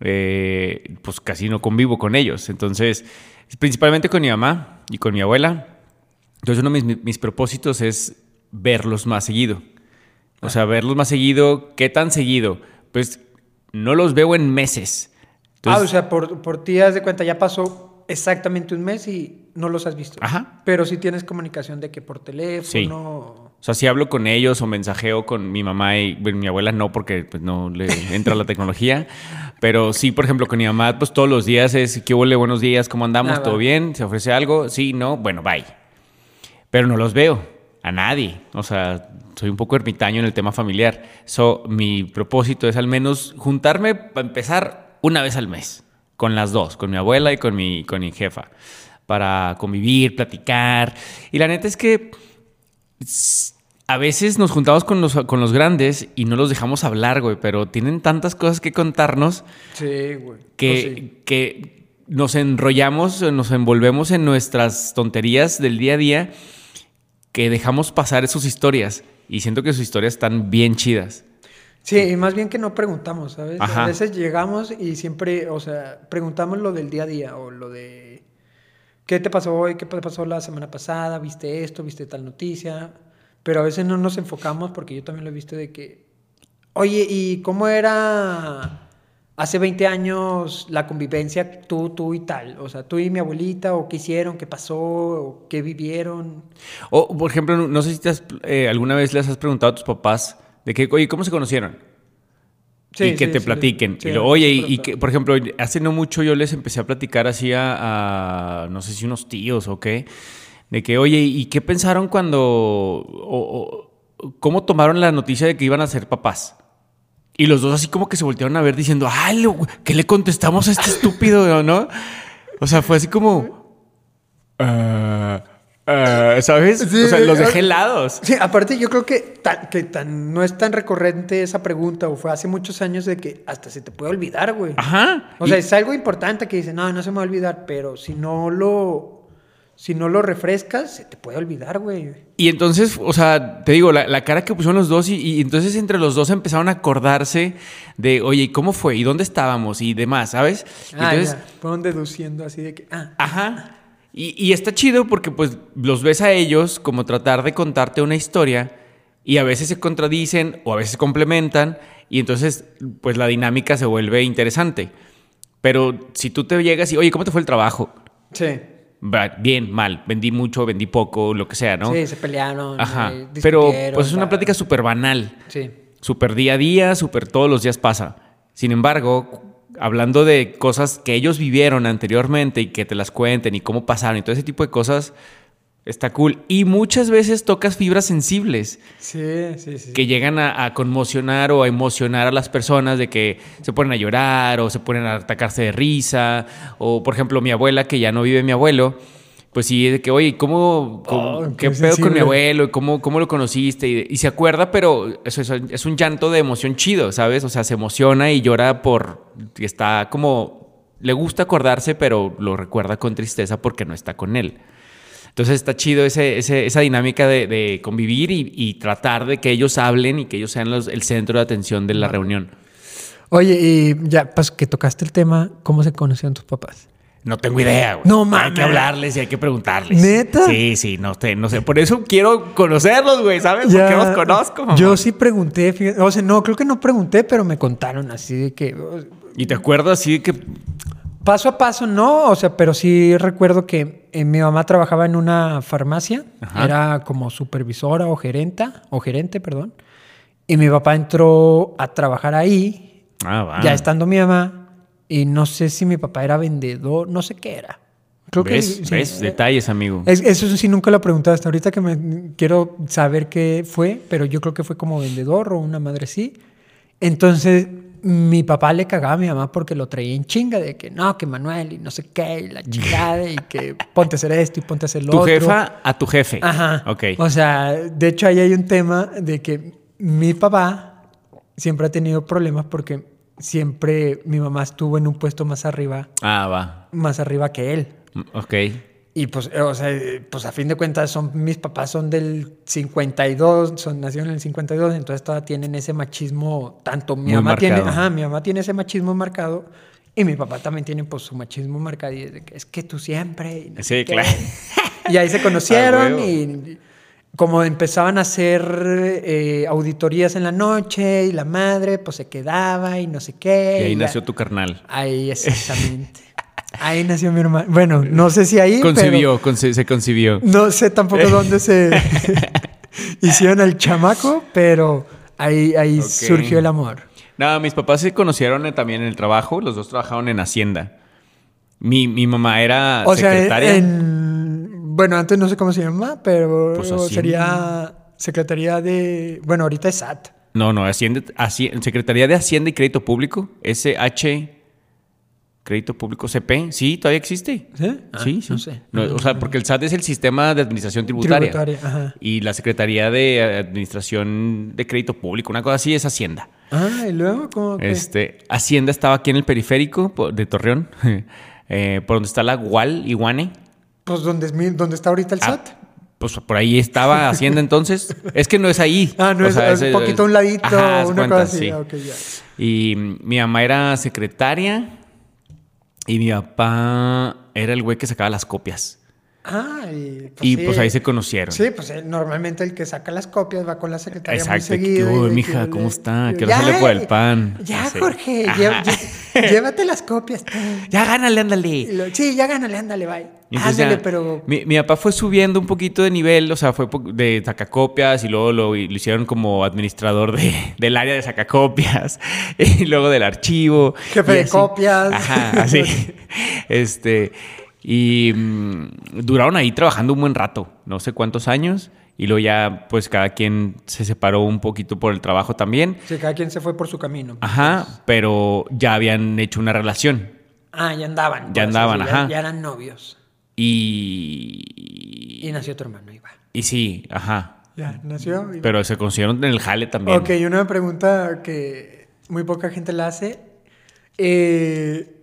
eh, pues casi no convivo con ellos. Entonces, principalmente con mi mamá y con mi abuela. Entonces, uno de mis, mis propósitos es verlos más seguido. O sea, verlos más seguido. ¿Qué tan seguido? Pues no los veo en meses.
ah,
Entonces-
o sea, por, por ti, haz de cuenta, ya pasó exactamente un mes y no los has visto.
Ajá.
Pero sí tienes comunicación de que por teléfono...
O sea, si hablo con ellos o mensajeo con mi mamá y bueno, mi abuela no, porque pues, no le entra la tecnología. Pero sí, por ejemplo, con mi mamá, pues todos los días es, ¿qué huele? Buenos días, ¿cómo andamos?
Ah,
¿Todo
va.
bien? ¿Se ofrece algo? Sí, no, bueno, bye. Pero no los veo a nadie. O sea, soy un poco ermitaño en el tema familiar. So, mi propósito es al menos juntarme para empezar una vez al mes con las dos, con mi abuela y con mi, con mi jefa, para convivir, platicar. Y la neta es que a veces nos juntamos con los, con los grandes y no los dejamos hablar, güey, pero tienen tantas cosas que contarnos
Sí, güey.
que,
Pues sí.
que nos enrollamos, nos envolvemos en nuestras tonterías del día a día que dejamos pasar sus historias. Y siento que sus historias están bien chidas.
Sí, y más bien que no preguntamos, ¿sabes?
Ajá.
A veces llegamos y siempre, o sea, preguntamos lo del día a día o lo de qué te pasó hoy, qué te pasó la semana pasada, viste esto, viste tal noticia, pero a veces no nos enfocamos porque yo también lo he visto de que, oye, ¿y cómo era hace 20 años la convivencia tú, tú y tal? O sea, tú y mi abuelita, o qué hicieron, qué pasó, o qué vivieron.
O, por ejemplo, no- no sé si te has, eh, alguna vez les has preguntado a tus papás de que, oye, ¿cómo se conocieron?
Sí,
y que
sí,
te
sí,
platiquen.
sí,
y lo, Oye,
sí,
y, y
pronto.
que, por ejemplo, hace no mucho yo les empecé a platicar así a, a, no sé si unos tíos o qué, de que, oye, ¿y qué pensaron cuando, o- o- cómo tomaron la noticia de que iban a ser papás? Y los dos así como que se voltearon a ver diciendo, ¡ay, lo- qué le contestamos a este estúpido, no? O sea, fue así como... "Ah, ah", ¿Sabes?
Sí,
o sea, los
ah,
dejé helados.
Sí, aparte yo creo que, tan- que tan, no es tan recurrente esa pregunta, o fue hace muchos años de que hasta se te puede olvidar, güey.
Ajá.
O
Y-
sea, es algo importante que dices, no, no se me va a olvidar, pero si no lo, si no lo refrescas, se te puede olvidar, güey.
Y entonces, o sea, te digo, la, la cara que pusieron los dos y, y entonces entre los dos empezaron a acordarse de, oye, ¿y cómo fue? ¿Y dónde estábamos? Y demás, ¿sabes? Y
Ah,
entonces,
ya, fueron deduciendo así de que, ah,
ajá. Y, y está chido porque pues los ves a ellos como tratar de contarte una historia y a veces se contradicen o a veces complementan y entonces pues la dinámica se vuelve interesante. Pero si tú te llegas y, oye, ¿cómo te fue el trabajo?
sí,
Va, Bien, mal, vendí mucho, vendí poco, lo que sea, ¿no?
sí, se pelearon,
Ajá.
eh,
Pero
discutieron,
pues es una
va.
plática súper banal,
Sí.
súper día a día, súper todos los días pasa. Sin embargo, cu- hablando de cosas que ellos vivieron anteriormente y que te las cuenten y cómo pasaron y todo ese tipo de cosas, está cool. Y muchas veces tocas fibras sensibles
Sí, sí, sí.
que llegan a, a conmocionar o a emocionar a las personas de que se ponen a llorar o se ponen a atacarse de risa. O, por ejemplo, mi abuela, que ya no vive mi abuelo, pues sí, de que, oye, ¿cómo, cómo-
Oh,
qué,
qué
pedo con mi
sensible.
abuelo? ¿Y ¿Cómo, cómo lo conociste? Y, y se acuerda, pero eso, es- es un llanto de emoción chido, ¿sabes? O sea, se emociona y llora por... y Está como... Le gusta acordarse, pero lo recuerda con tristeza porque no está con él. Entonces está chido ese, ese- esa dinámica de, de convivir y, y tratar de que ellos hablen y que ellos sean los- el centro de atención de la reunión.
Oye, y ya, pues que tocaste el tema, ¿cómo se conocieron tus papás?
No tengo idea, güey.
No
Hay
mames.
que hablarles y hay que preguntarles.
¿Neta?
Sí, sí, no sé, no sé. Por eso quiero conocerlos, güey, ¿sabes? Porque los conozco, mamá.
Yo sí pregunté, fíjate, o sea, no, creo que no pregunté, pero me contaron así de que o sea,
¿Y te acuerdas así que
paso a paso no, o sea, pero sí recuerdo que eh, mi mamá trabajaba en una farmacia,
Ajá.
era como supervisora o gerenta, o gerente, perdón, y mi papá entró a trabajar ahí,
Ah, va.
ya estando mi mamá, y no sé si mi papá era vendedor, no sé qué era. Creo
¿Ves?
que sí,
¿Ves?
eh,
Detalles, amigo.
Es- eso sí nunca lo preguntaba hasta ahorita que me quiero saber qué fue, pero yo creo que fue como vendedor o una madre sí. Entonces mi papá le cagaba a mi mamá porque lo traía en chinga de que no, que Manuel y no sé qué y la chingada y que ponte a hacer esto y ponte a hacer lo
tu
otro.
jefa a tu jefe.
Ajá.
Ok.
O sea, de hecho ahí hay un tema de que mi papá siempre ha tenido problemas porque siempre mi mamá estuvo en un puesto más arriba,
Ah, va.
más arriba que él.
Mm, Ok.
Y pues, eh, o sea, eh, pues a fin de cuentas son mis papás son del 52, son nacieron en el 52, entonces todavía tienen ese machismo tanto mi
Muy
mamá tiene,
marcado.
ajá, mi mamá tiene ese machismo marcado y mi papá también tiene pues su machismo marcado y es, de que, "Es que tú siempre. y no
Sí,
sé qué".
claro.
Y ahí se
Ah,
conocieron
huevo.
y como empezaban a hacer eh, auditorías en la noche y la madre pues se quedaba y no sé
Y
qué.
ahí
la-
nació tu carnal.
Ahí exactamente. Ahí nació mi hermano. Bueno, no sé si ahí. pero-
Concibió, conce- se concibió.
no sé tampoco
Eh.
dónde se hicieron el chamaco, pero ahí, ahí
Ok.
surgió el amor.
No, mis papás se conocieron eh, también en el trabajo. Los dos trabajaron en Hacienda. Mi, mi mamá era
O sea,
Ah, secretaria.
en, bueno, antes no sé cómo se llama, pero
Pues así.
sería Secretaría de... Bueno, ahorita es SAT.
No, no, Hacienda, Haci- Secretaría de Hacienda y Crédito Público. SH. Crédito Público CP. Sí, todavía existe.
¿Sí? Ah,
sí, sí.
no sé.
No, o sea, porque el SAT es el sistema de administración tributaria.
Tributaria, ajá.
Y la Secretaría de Administración de Crédito Público, una cosa así, es Hacienda.
Ah, y luego como que...
Este, Hacienda estaba aquí en el periférico po- de Torreón, eh, por donde está la Gual, Iguane.
Pues donde, es mi- donde está ahorita el SAT.
Ah, pues por ahí estaba Hacienda entonces. Es que no es ahí.
Ah, no,
O
es,
sea,
es un poquito a un ladito,
Ajá, haz
una
cuenta,
cosa así.
sí.
Ah, ok, ya.
Y mm, mi mamá era secretaria y mi papá era el güey que sacaba las copias.
Ah, y pues,
y
sí.
pues ahí se conocieron.
Sí, pues eh, normalmente el que saca las copias va con la secretaria muy
Exacto, y que,
seguido.
"Uy,
y de
mija,
que-
¿cómo está?
yo,
Que no sale
"Ya, eh,
por el pan".
Ya,
Así.
Jorge,
Ajá.
lle- lle- llévate las copias. ten.
Ya gánale,
Y
ándale.
lo- Sí, ya gánale, ándale, bye.
Y entonces
Ándale,
ya-
pero-
Mi, mi papá fue subiendo un poquito de nivel, o sea, fue po- de sacacopias y luego lo, lo hicieron como administrador de- del área de sacacopias y luego del archivo.
Jefe
y
de
así.
copias.
Ajá, así. este, y mm, duraron ahí trabajando un buen rato, no sé cuántos años. Y luego ya, pues cada quien se separó un poquito por el trabajo también.
Sí, cada quien se fue por su camino.
Ajá, pero ya habían hecho una relación.
Ah, ya andaban.
Ya
por así
andaban,
decirlo, ya-
ajá.
Ya, eran novios.
Y.
Y nació tu hermano, Iba.
Y sí, ajá.
Ya, nació. Iba.
Pero se consiguieron en el jale también.
Ok, una pregunta que muy poca gente la hace. Eh,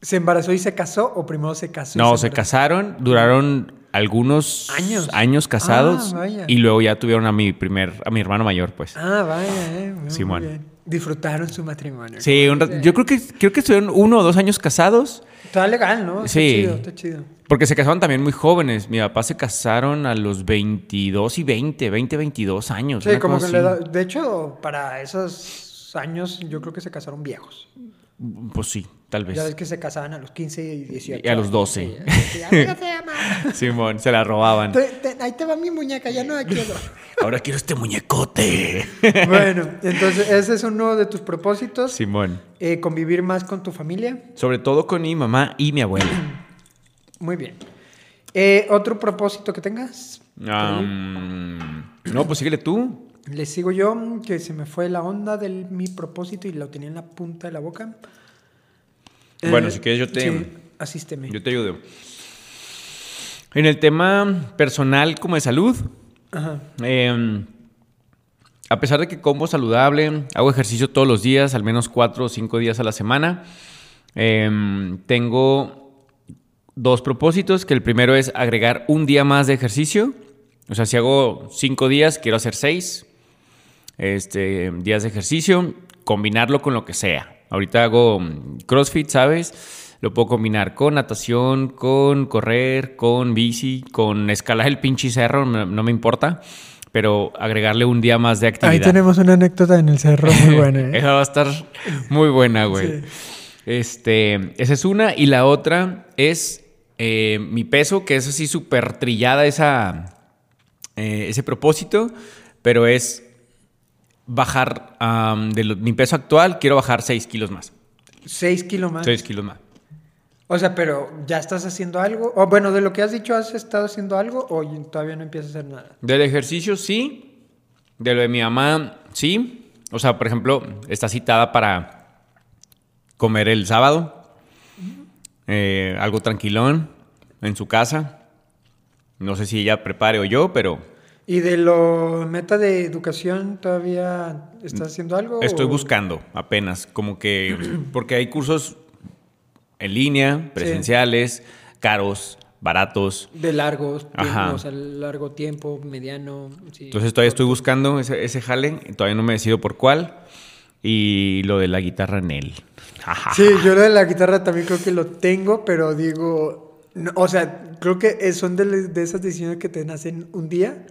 ¿Se embarazó y se casó o primero se casó? y
No, se
embarazó?
casaron, duraron algunos
Años.
casados
Ah, vaya.
y luego ya tuvieron a mi primer, a mi hermano mayor, pues.
Ah, vaya, eh. muy
Simón.
bien. Disfrutaron su matrimonio.
sí, un rato- yo creo que creo que estuvieron uno o dos años casados,
Está legal, ¿no?
Sí.
Está chido, está chido.
porque se casaron también muy jóvenes. Mi papá se casaron a los 22 y 20, 20, 22 años.
Sí,
una
como que
cosa
le da-
así.
De hecho, para esos años, yo creo que se casaron viejos.
Pues sí, tal vez.
Ya ves que se casaban a los 15 y 18.
Y a los 12.
Sí, eh, sí, "Amiga,
Simón, se la robaban.
te- te- ahí te va mi muñeca, ya no la quiero.
Ahora quiero este muñecote.
bueno, entonces ese es uno de tus propósitos.
Simón.
Eh, convivir más con tu familia.
Sobre todo con mi mamá y mi abuela.
Muy bien. Eh, ¿Otro propósito que tengas?
Am, no, pues síguele tú.
Le sigo yo, que se me fue la onda de mi propósito y lo tenía en la punta de la boca. Eh,
Bueno, si quieres yo te-
asísteme.
Yo te ayudo. En el tema personal como de salud,
Ajá.
em, a pesar de que como saludable, hago ejercicio todos los días, al menos cuatro o cinco días a la semana, em, tengo dos propósitos, que el primero es agregar un día más de ejercicio. O sea, si hago cinco días, quiero hacer seis este, días de ejercicio, combinarlo con lo que sea. Ahorita hago mm, CrossFit, ¿sabes? Lo puedo combinar con natación, con correr, con bici, con escalar el pinche cerro, no, no me importa, pero agregarle un día más de actividad.
Ahí tenemos una anécdota en el cerro muy buena. ¿eh?
Esa va a estar muy buena, güey. Este, esa es una. Y la otra es eh, mi peso, que es así súper trillada esa, eh, ese propósito, pero es bajar am, de lo- mi peso actual, quiero bajar 6 kilos más.
Seis kilos más.
6 kilos más.
O sea, pero ¿ya estás haciendo algo? O bueno, de lo que has dicho, ¿has estado haciendo algo o y- todavía no empiezas a hacer nada?
Del ejercicio, sí. De lo de mi mamá, sí. O sea, por ejemplo, está citada para comer el sábado. Eh, algo tranquilón en su casa. No sé si ella prepare o yo, pero
¿Y de lo meta de educación todavía estás haciendo algo?
estoy
o-
buscando apenas. Como que. Porque hay cursos en línea, presenciales, caros, baratos.
De largos,
Ajá.
tiempo, o sea, largo tiempo, mediano. sí.
Entonces todavía estoy buscando ese, ese jale, todavía no me decido por cuál. Y lo de la guitarra en él.
Sí, yo lo de la guitarra también creo que lo tengo, pero digo, no, o sea, creo que es- son de, de esas decisiones que te nacen un día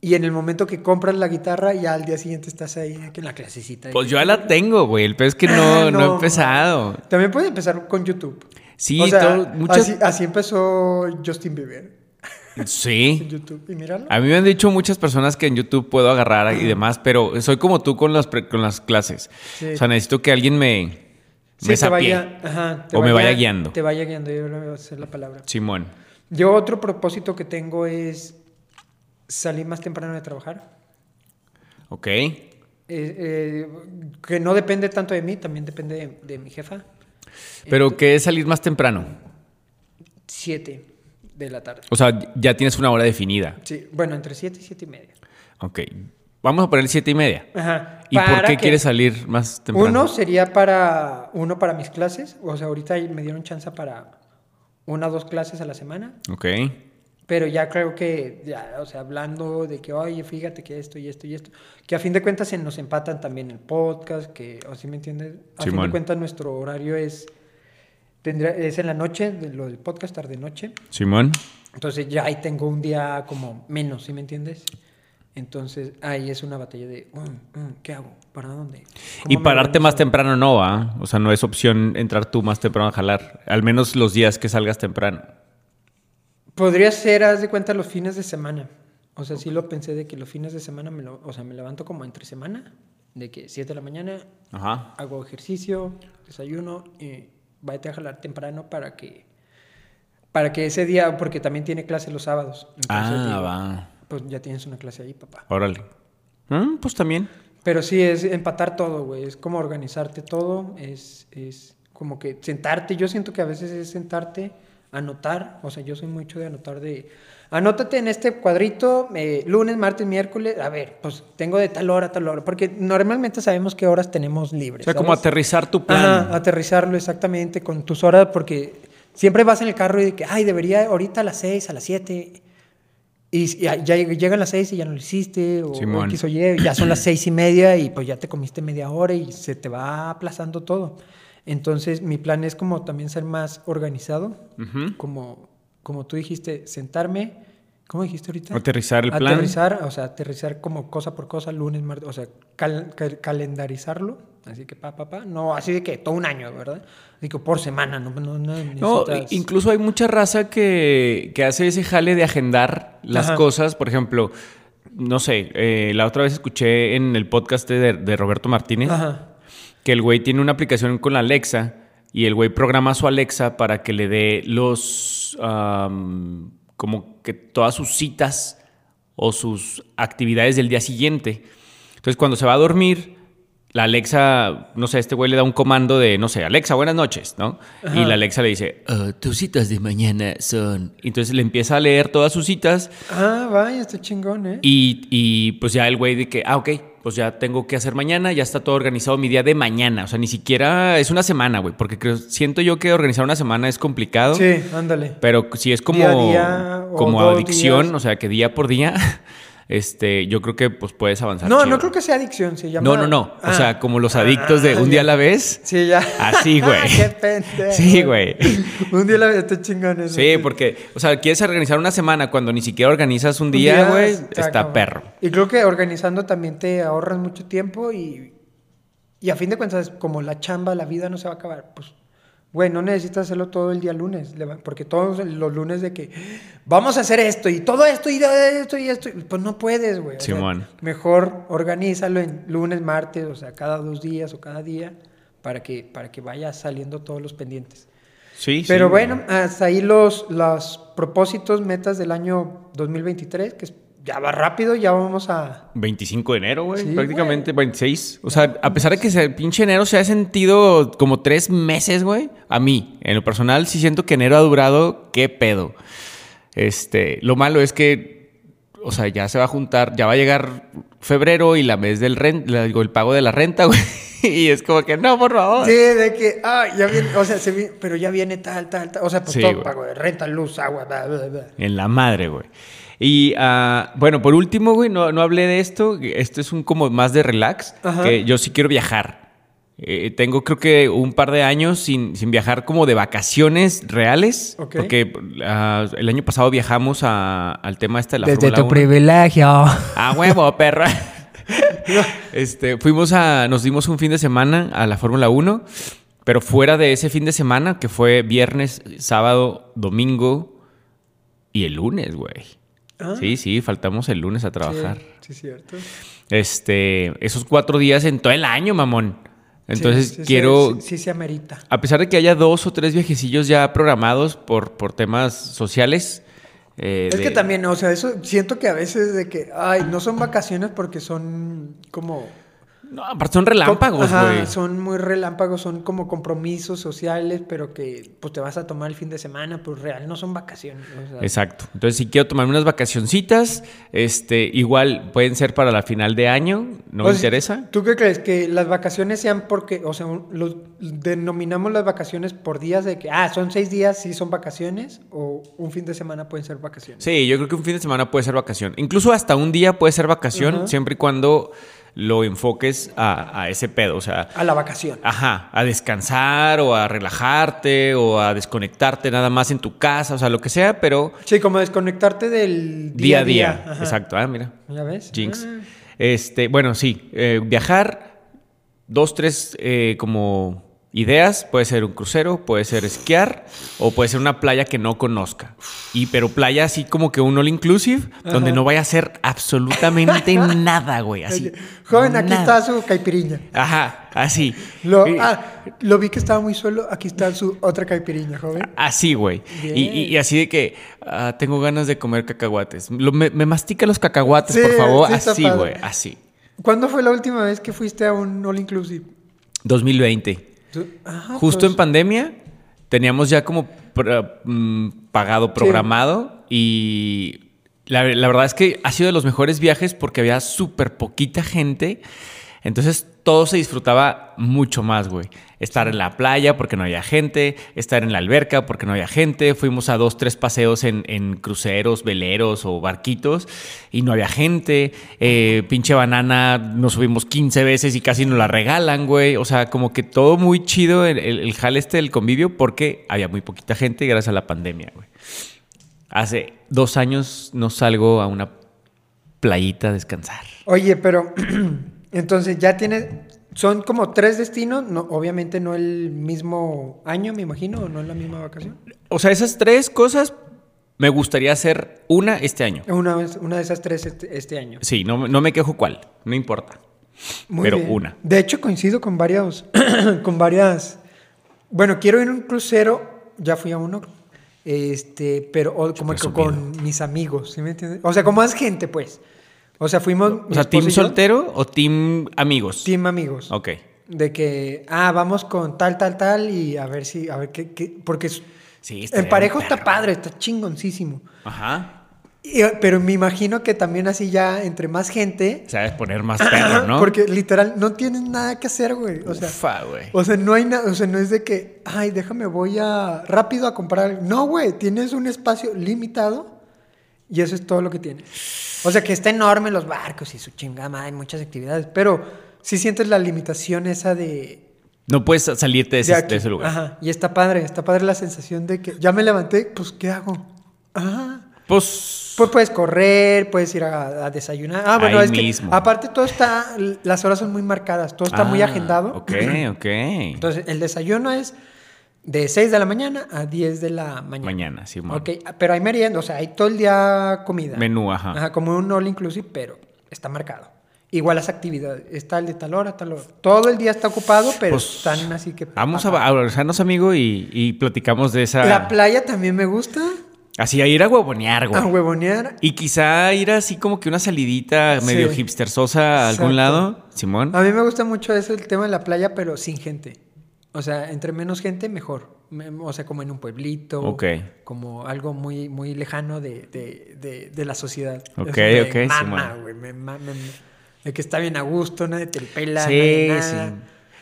y en el momento que compras la guitarra ya al día siguiente estás ahí que en la clasecita.
Pues yo ya la tengo, güey. El peor es que
Ah,
no, no, he
no,
empezado.
También puedes empezar con YouTube.
Sí,
O sea,
todo- muchas-
así, así empezó Justin Bieber en
Sí.
YouTube. Y míralo.
A mí me han dicho muchas personas que en YouTube puedo agarrar y demás, pero soy como tú con las, pre- con las clases.
Sí.
O sea, necesito que alguien me,
Sí,
me
te
sapee.
vaya- ajá, te
O me vaya guiando.
Te vaya guiando, yo le voy a hacer la palabra.
Simón.
Yo otro propósito que tengo es salir más temprano de trabajar.
Ok.
Este Eh, eh, que no depende tanto de mí, también depende de, de mi jefa.
Pero ¿qué es salir más temprano?
Siete de la tarde.
O sea, ya tienes una hora definida.
Sí, bueno, entre siete y siete y media.
Ok. Vamos a poner siete y media.
Ajá.
¿Y por
Para
qué
que-
quieres salir más temprano?
Uno sería para uno para mis clases, o sea, ahorita me dieron chance para una o dos clases a la semana,
Ok.
pero ya creo que, ya, o sea, hablando de que, oye, fíjate que esto y esto y esto, que a fin de cuentas se nos empatan también el podcast, que, o si me entiendes, a fin
Simón.
de cuentas nuestro horario es, tendría, es en la noche, de lo del podcast tarde-noche,
Simón.
entonces ya ahí tengo un día como menos, ¿sí me entiendes? Entonces ahí es una batalla de, mm, mm, ¿qué hago? ¿Para dónde? ¿Cómo
Y
me
pararte más
organizo?
temprano no va. O sea, no es opción entrar tú más temprano a jalar. Al menos los días que salgas temprano.
Podría ser, haz de cuenta, los fines de semana. O sea, sí lo pensé de que los fines de semana, me lo- o sea, me levanto como entre semana, de que 7 de la mañana
Ajá.
hago ejercicio, desayuno y vete a jalar temprano para que para que ese día, porque también tiene clase los sábados. Entonces
Ah,
digo,
va.
Pues ya tienes una clase ahí, papá.
Órale. Mm, pues también.
Pero sí, es empatar todo, güey. Es como organizarte todo. Es, es como que sentarte. Yo siento que a veces es sentarte, anotar. O sea, yo soy mucho de anotar de... Anótate en este cuadrito eh, lunes, martes, miércoles. A ver, pues tengo de tal hora a tal hora. Porque normalmente sabemos qué horas tenemos
O
libres.
sea, como
¿sabes?
aterrizar tu plan.
Ajá, aterrizarlo exactamente con tus horas, porque siempre vas en el carro y de que, ay, debería ahorita a las 6, a las 7. Y s- ya, ya lleg- llegan las 6 y ya no lo hiciste, o,
Simón.
o X o Y, ya son las 6 y media y pues ya te comiste media hora y se te va aplazando todo. Entonces, mi plan es como también ser más organizado,
Ujú.
como, como tú dijiste, sentarme. ¿Cómo dijiste ahorita?
Aterrizar el plan.
Aterrizar, o sea, aterrizar como cosa por cosa, lunes, martes, o sea, cal- cal- calendarizarlo. Así que pa, pa, pa. No, así de que todo un año, ¿verdad? Digo, por semana, no, no, no
No,
necesitas-
incluso hay mucha raza que, que hace ese jale de agendar las
Ajá.
cosas. Por ejemplo, no sé, eh, la otra vez escuché en el podcast de, de Roberto Martínez
Ajá.
que el güey tiene una aplicación con la Alexa y el güey programa a su Alexa para que le dé los. am, como que todas sus citas o sus actividades del día siguiente. Entonces, cuando se va a dormir, la Alexa, no sé, este güey le da un comando de, no sé, Alexa, buenas noches, ¿no? Y la Alexa le dice, "Ah, tus citas de mañana son. Entonces le empieza a leer todas sus citas
Ah, vaya, está chingón, ¿eh?
y, y, pues ya el güey de que, ah, ok, pues ya tengo que hacer mañana, ya está todo organizado mi día de mañana. O sea, ni siquiera es una semana, güey, porque creo, siento yo que organizar una semana es complicado.
Sí, ándale.
Pero si es como,
Día a día o
como
dos
adicción,
días.
o sea, que día por día, este, yo creo que pues puedes avanzar.
No,
chido.
no creo que sea adicción, se llama.
No, no, no.
Ah.
O sea, como los adictos de un día a la vez.
Sí, ya. Ah,
Así, güey.
Qué pendejo.
Sí, güey.
Un día la está chingón eso.
Sí, pues, porque, o sea, quieres organizar una semana cuando ni siquiera organizas un
Un
día, güey, está
cabrón.
perro.
Y creo que organizando también te ahorras mucho tiempo y, y a fin de cuentas, como la chamba, la vida no se va a acabar, pues, güey, no necesitas hacerlo todo el día lunes, leva- porque todos los lunes de que vamos a hacer esto y todo esto y esto y esto, y pues no puedes, güey. o sea,
Simón.
mejor organízalo en lunes, martes, o sea, cada dos días o cada día para que, para que vaya saliendo todos los pendientes.
Sí,
Pero
sí,
bueno, hasta ahí los, los propósitos, metas del año 2023, que es- ya va rápido, ya vamos a...
25 de enero, güey.
Sí,
prácticamente 26. O sea, a pesar de que el pinche enero se ha sentido como tres meses, güey. A mí, en lo personal, sí siento que enero ha durado. ¿Qué pedo? Este, lo malo es que, o sea, ya se va a juntar, ya va a llegar febrero y la mes del rent, la- digo, el pago de la renta, güey. Y es como que, no, por favor.
Sí, de que, ah, ya viene, o sea, se vi- pero ya viene tal, tal, tal, o sea, pues
Sí,
todo
güey.
pago de renta, luz, agua, bla, bla, bla.
En la madre, güey. Y ah, bueno, por último, güey, no, no hablé de esto. Esto es un como más de relax.
Ajá.
Que yo sí quiero viajar. Eh, tengo creo que un par de años sin, sin viajar como de vacaciones reales.
Ok.
Porque ah, el año pasado viajamos a- al tema este de la Fórmula 1.
privilegio.
A huevo, perra. este, fuimos a, nos dimos un fin de semana a la Fórmula 1, pero fuera de ese fin de semana, que fue viernes, sábado, domingo y el lunes, güey.
Ah.
Sí, sí, faltamos el lunes a trabajar.
Sí, sí, cierto.
Este, esos cuatro días en todo el año, mamón. Entonces
Sí, sí,
quiero,
Sí, sí, sí se amerita.
a pesar de que haya dos o tres viajecillos ya programados por, por temas sociales. eh,
Es
de-
que también, o sea, eso siento que a veces de que, ay, no son vacaciones porque son como...
No, aparte son relámpagos,
Ajá,
güey.
son muy relámpagos, son como compromisos sociales, pero que pues te vas a tomar el fin de semana, pues real, no son vacaciones. o sea.
Exacto. Entonces, si quiero tomarme unas vacacioncitas, este, igual pueden ser para la final de año, no
O
me
sea,
interesa.
¿Tú qué crees? Que las vacaciones sean porque, o sea, un- los denominamos las vacaciones por días de que, ah, son seis días, sí son vacaciones, o un fin de semana pueden ser vacaciones.
Sí, yo creo que un fin de semana puede ser vacación. Incluso hasta un día puede ser vacación,
Ajá.
siempre y cuando lo enfoques a, a ese pedo. O sea,
A la vacación.
ajá, a descansar o a relajarte o a desconectarte nada más en tu casa, o sea, lo que sea, pero
Sí, como desconectarte del
día a día.
Ajá.
Exacto. Ah, mira.
¿Ya ves?
Jinx.
Ah.
Este, bueno, sí, eh, viajar, dos, tres eh, como Ideas, puede ser un crucero, puede ser esquiar o puede ser una playa que no conozca. Y pero playa así como que un all inclusive, donde no vaya a hacer absolutamente nada, güey. Así.
Joven, aquí
nada.
está su caipiriña.
Ajá, así.
Lo,
Y-
ah, lo vi que estaba muy solo. Aquí está su otra caipiriña, joven.
Así, güey. Y, y- y así de que ah, tengo ganas de comer cacahuates. Lo- me, me mastica los cacahuates,
Sí,
por favor.
sí está
así,
padre.
güey. Así.
¿Cuándo fue la última vez que fuiste a un All Inclusive?
2020.
Tú- ah,
Justo
pues,
en pandemia teníamos ya como pra- mm, pagado, programado y la, la verdad es que ha sido de los mejores viajes porque había súper poquita gente. Entonces todo se disfrutaba mucho más, güey. Estar en la playa porque no había gente, estar en la alberca porque no había gente. Fuimos a dos, tres paseos en, en cruceros, veleros o barquitos y no había gente. Eh, pinche banana, nos subimos 15 veces y casi nos la regalan, güey. O sea, como que todo muy chido el, el, el jale este del convivio porque había muy poquita gente gracias a la pandemia, güey. Hace dos años no salgo a una playita a descansar.
Oye, pero entonces ya tienes. Son como tres destinos, no, obviamente no el mismo año, me imagino, o no en la misma vacación.
O sea, esas tres cosas me gustaría hacer una este año.
Una, vez- una de esas tres este, este año.
Sí, no, me- no me quejo cuál, no importa. pero una.
De hecho, coincido con varios, con varias. Bueno, quiero ir a un crucero, ya fui a uno, este, pero o- como que con mis amigos, ¿sí me entiendes? O sea, con más gente, pues. O sea, fuimos. mi
O sea,
esposo
team
y yo,
soltero o team amigos.
Team amigos.
Ok.
De que, ah, vamos con tal, tal, tal, y a ver si, a ver qué, qué- porque es-
Sí, está
en
bien,
parejo está
perro.
padre, está chingoncísimo.
Ajá.
Y, eh, pero me imagino que también así ya entre más gente,
Sabes poner más perro, Ah, ¿no?
porque literal no tienen nada que hacer, güey. O sea,
Ufa, güey.
o sea, no hay nada, o sea, no es de que, ay, déjame, voy a rápido a comprar. algo". No, güey, tienes un espacio limitado y eso es todo lo que tienes. O sea, que está enorme los barcos y su chingada madre, muchas actividades, pero sí sientes la limitación esa de...
No puedes salirte de
de
ese,
aquí.
de ese lugar.
Ajá, y está padre, está padre la sensación de que ya me levanté, pues, ¿qué hago? Ah,
Pues,
pues puedes correr, puedes ir a, a desayunar. Ah, bueno,
Ahí
es
mismo.
que aparte todo está, las horas son muy marcadas, todo está muy
Ah,
agendado.
Ok, ok.
Entonces, el desayuno es de 6 de la mañana a 10 de la mañana.
Mañana, sí,
Ok, pero hay merienda, o sea, hay todo el día comida.
Menú, ajá.
como un all inclusive, pero está marcado. Igual las actividades, está el de tal hora, tal hora. Todo el día está ocupado, pero
Pues,
están así que...
Vamos a
papá.
abrazarnos, amigo, y, y platicamos de esa.
La playa también me gusta,
Así, a ir a huevonear, güey.
a huevonear.
Y quizá ir así como que una salidita
Sí.
medio hipsterzosa a
Exacto. Ah,
algún lado, Simón.
A mí me gusta mucho eso, el tema de la playa, pero sin gente. O sea, entre menos gente, mejor. Me- O sea, como en un pueblito.
Ok.
Como algo muy, muy lejano de, de- de- de la sociedad.
Ok,
Eso me
ok,
Mama,
Simón.
güey. me ma- me- me- de que está bien a gusto, nadie te pela,
Sí,
nadie
sí.
nada.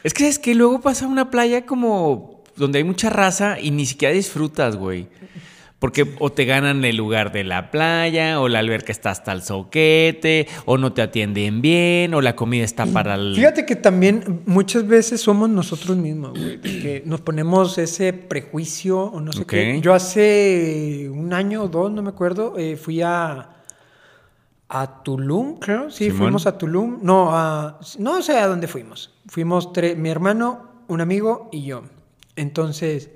Es que es que luego pasa una playa como donde hay mucha raza y ni siquiera disfrutas, güey. Porque o te ganan el lugar de la playa, o la alberca está hasta el soquete, o no te atienden bien, o la comida está para el...
Fíjate que también muchas veces somos nosotros mismos, güey, que nos ponemos ese prejuicio o no sé qué.
Ok.
Yo hace un año o dos, no me acuerdo, eh, fui a a Tulum, creo. Sí,
Simón.
fuimos a Tulum. No, a no sé a dónde fuimos. Fuimos tres, mi hermano, un amigo y yo. Entonces,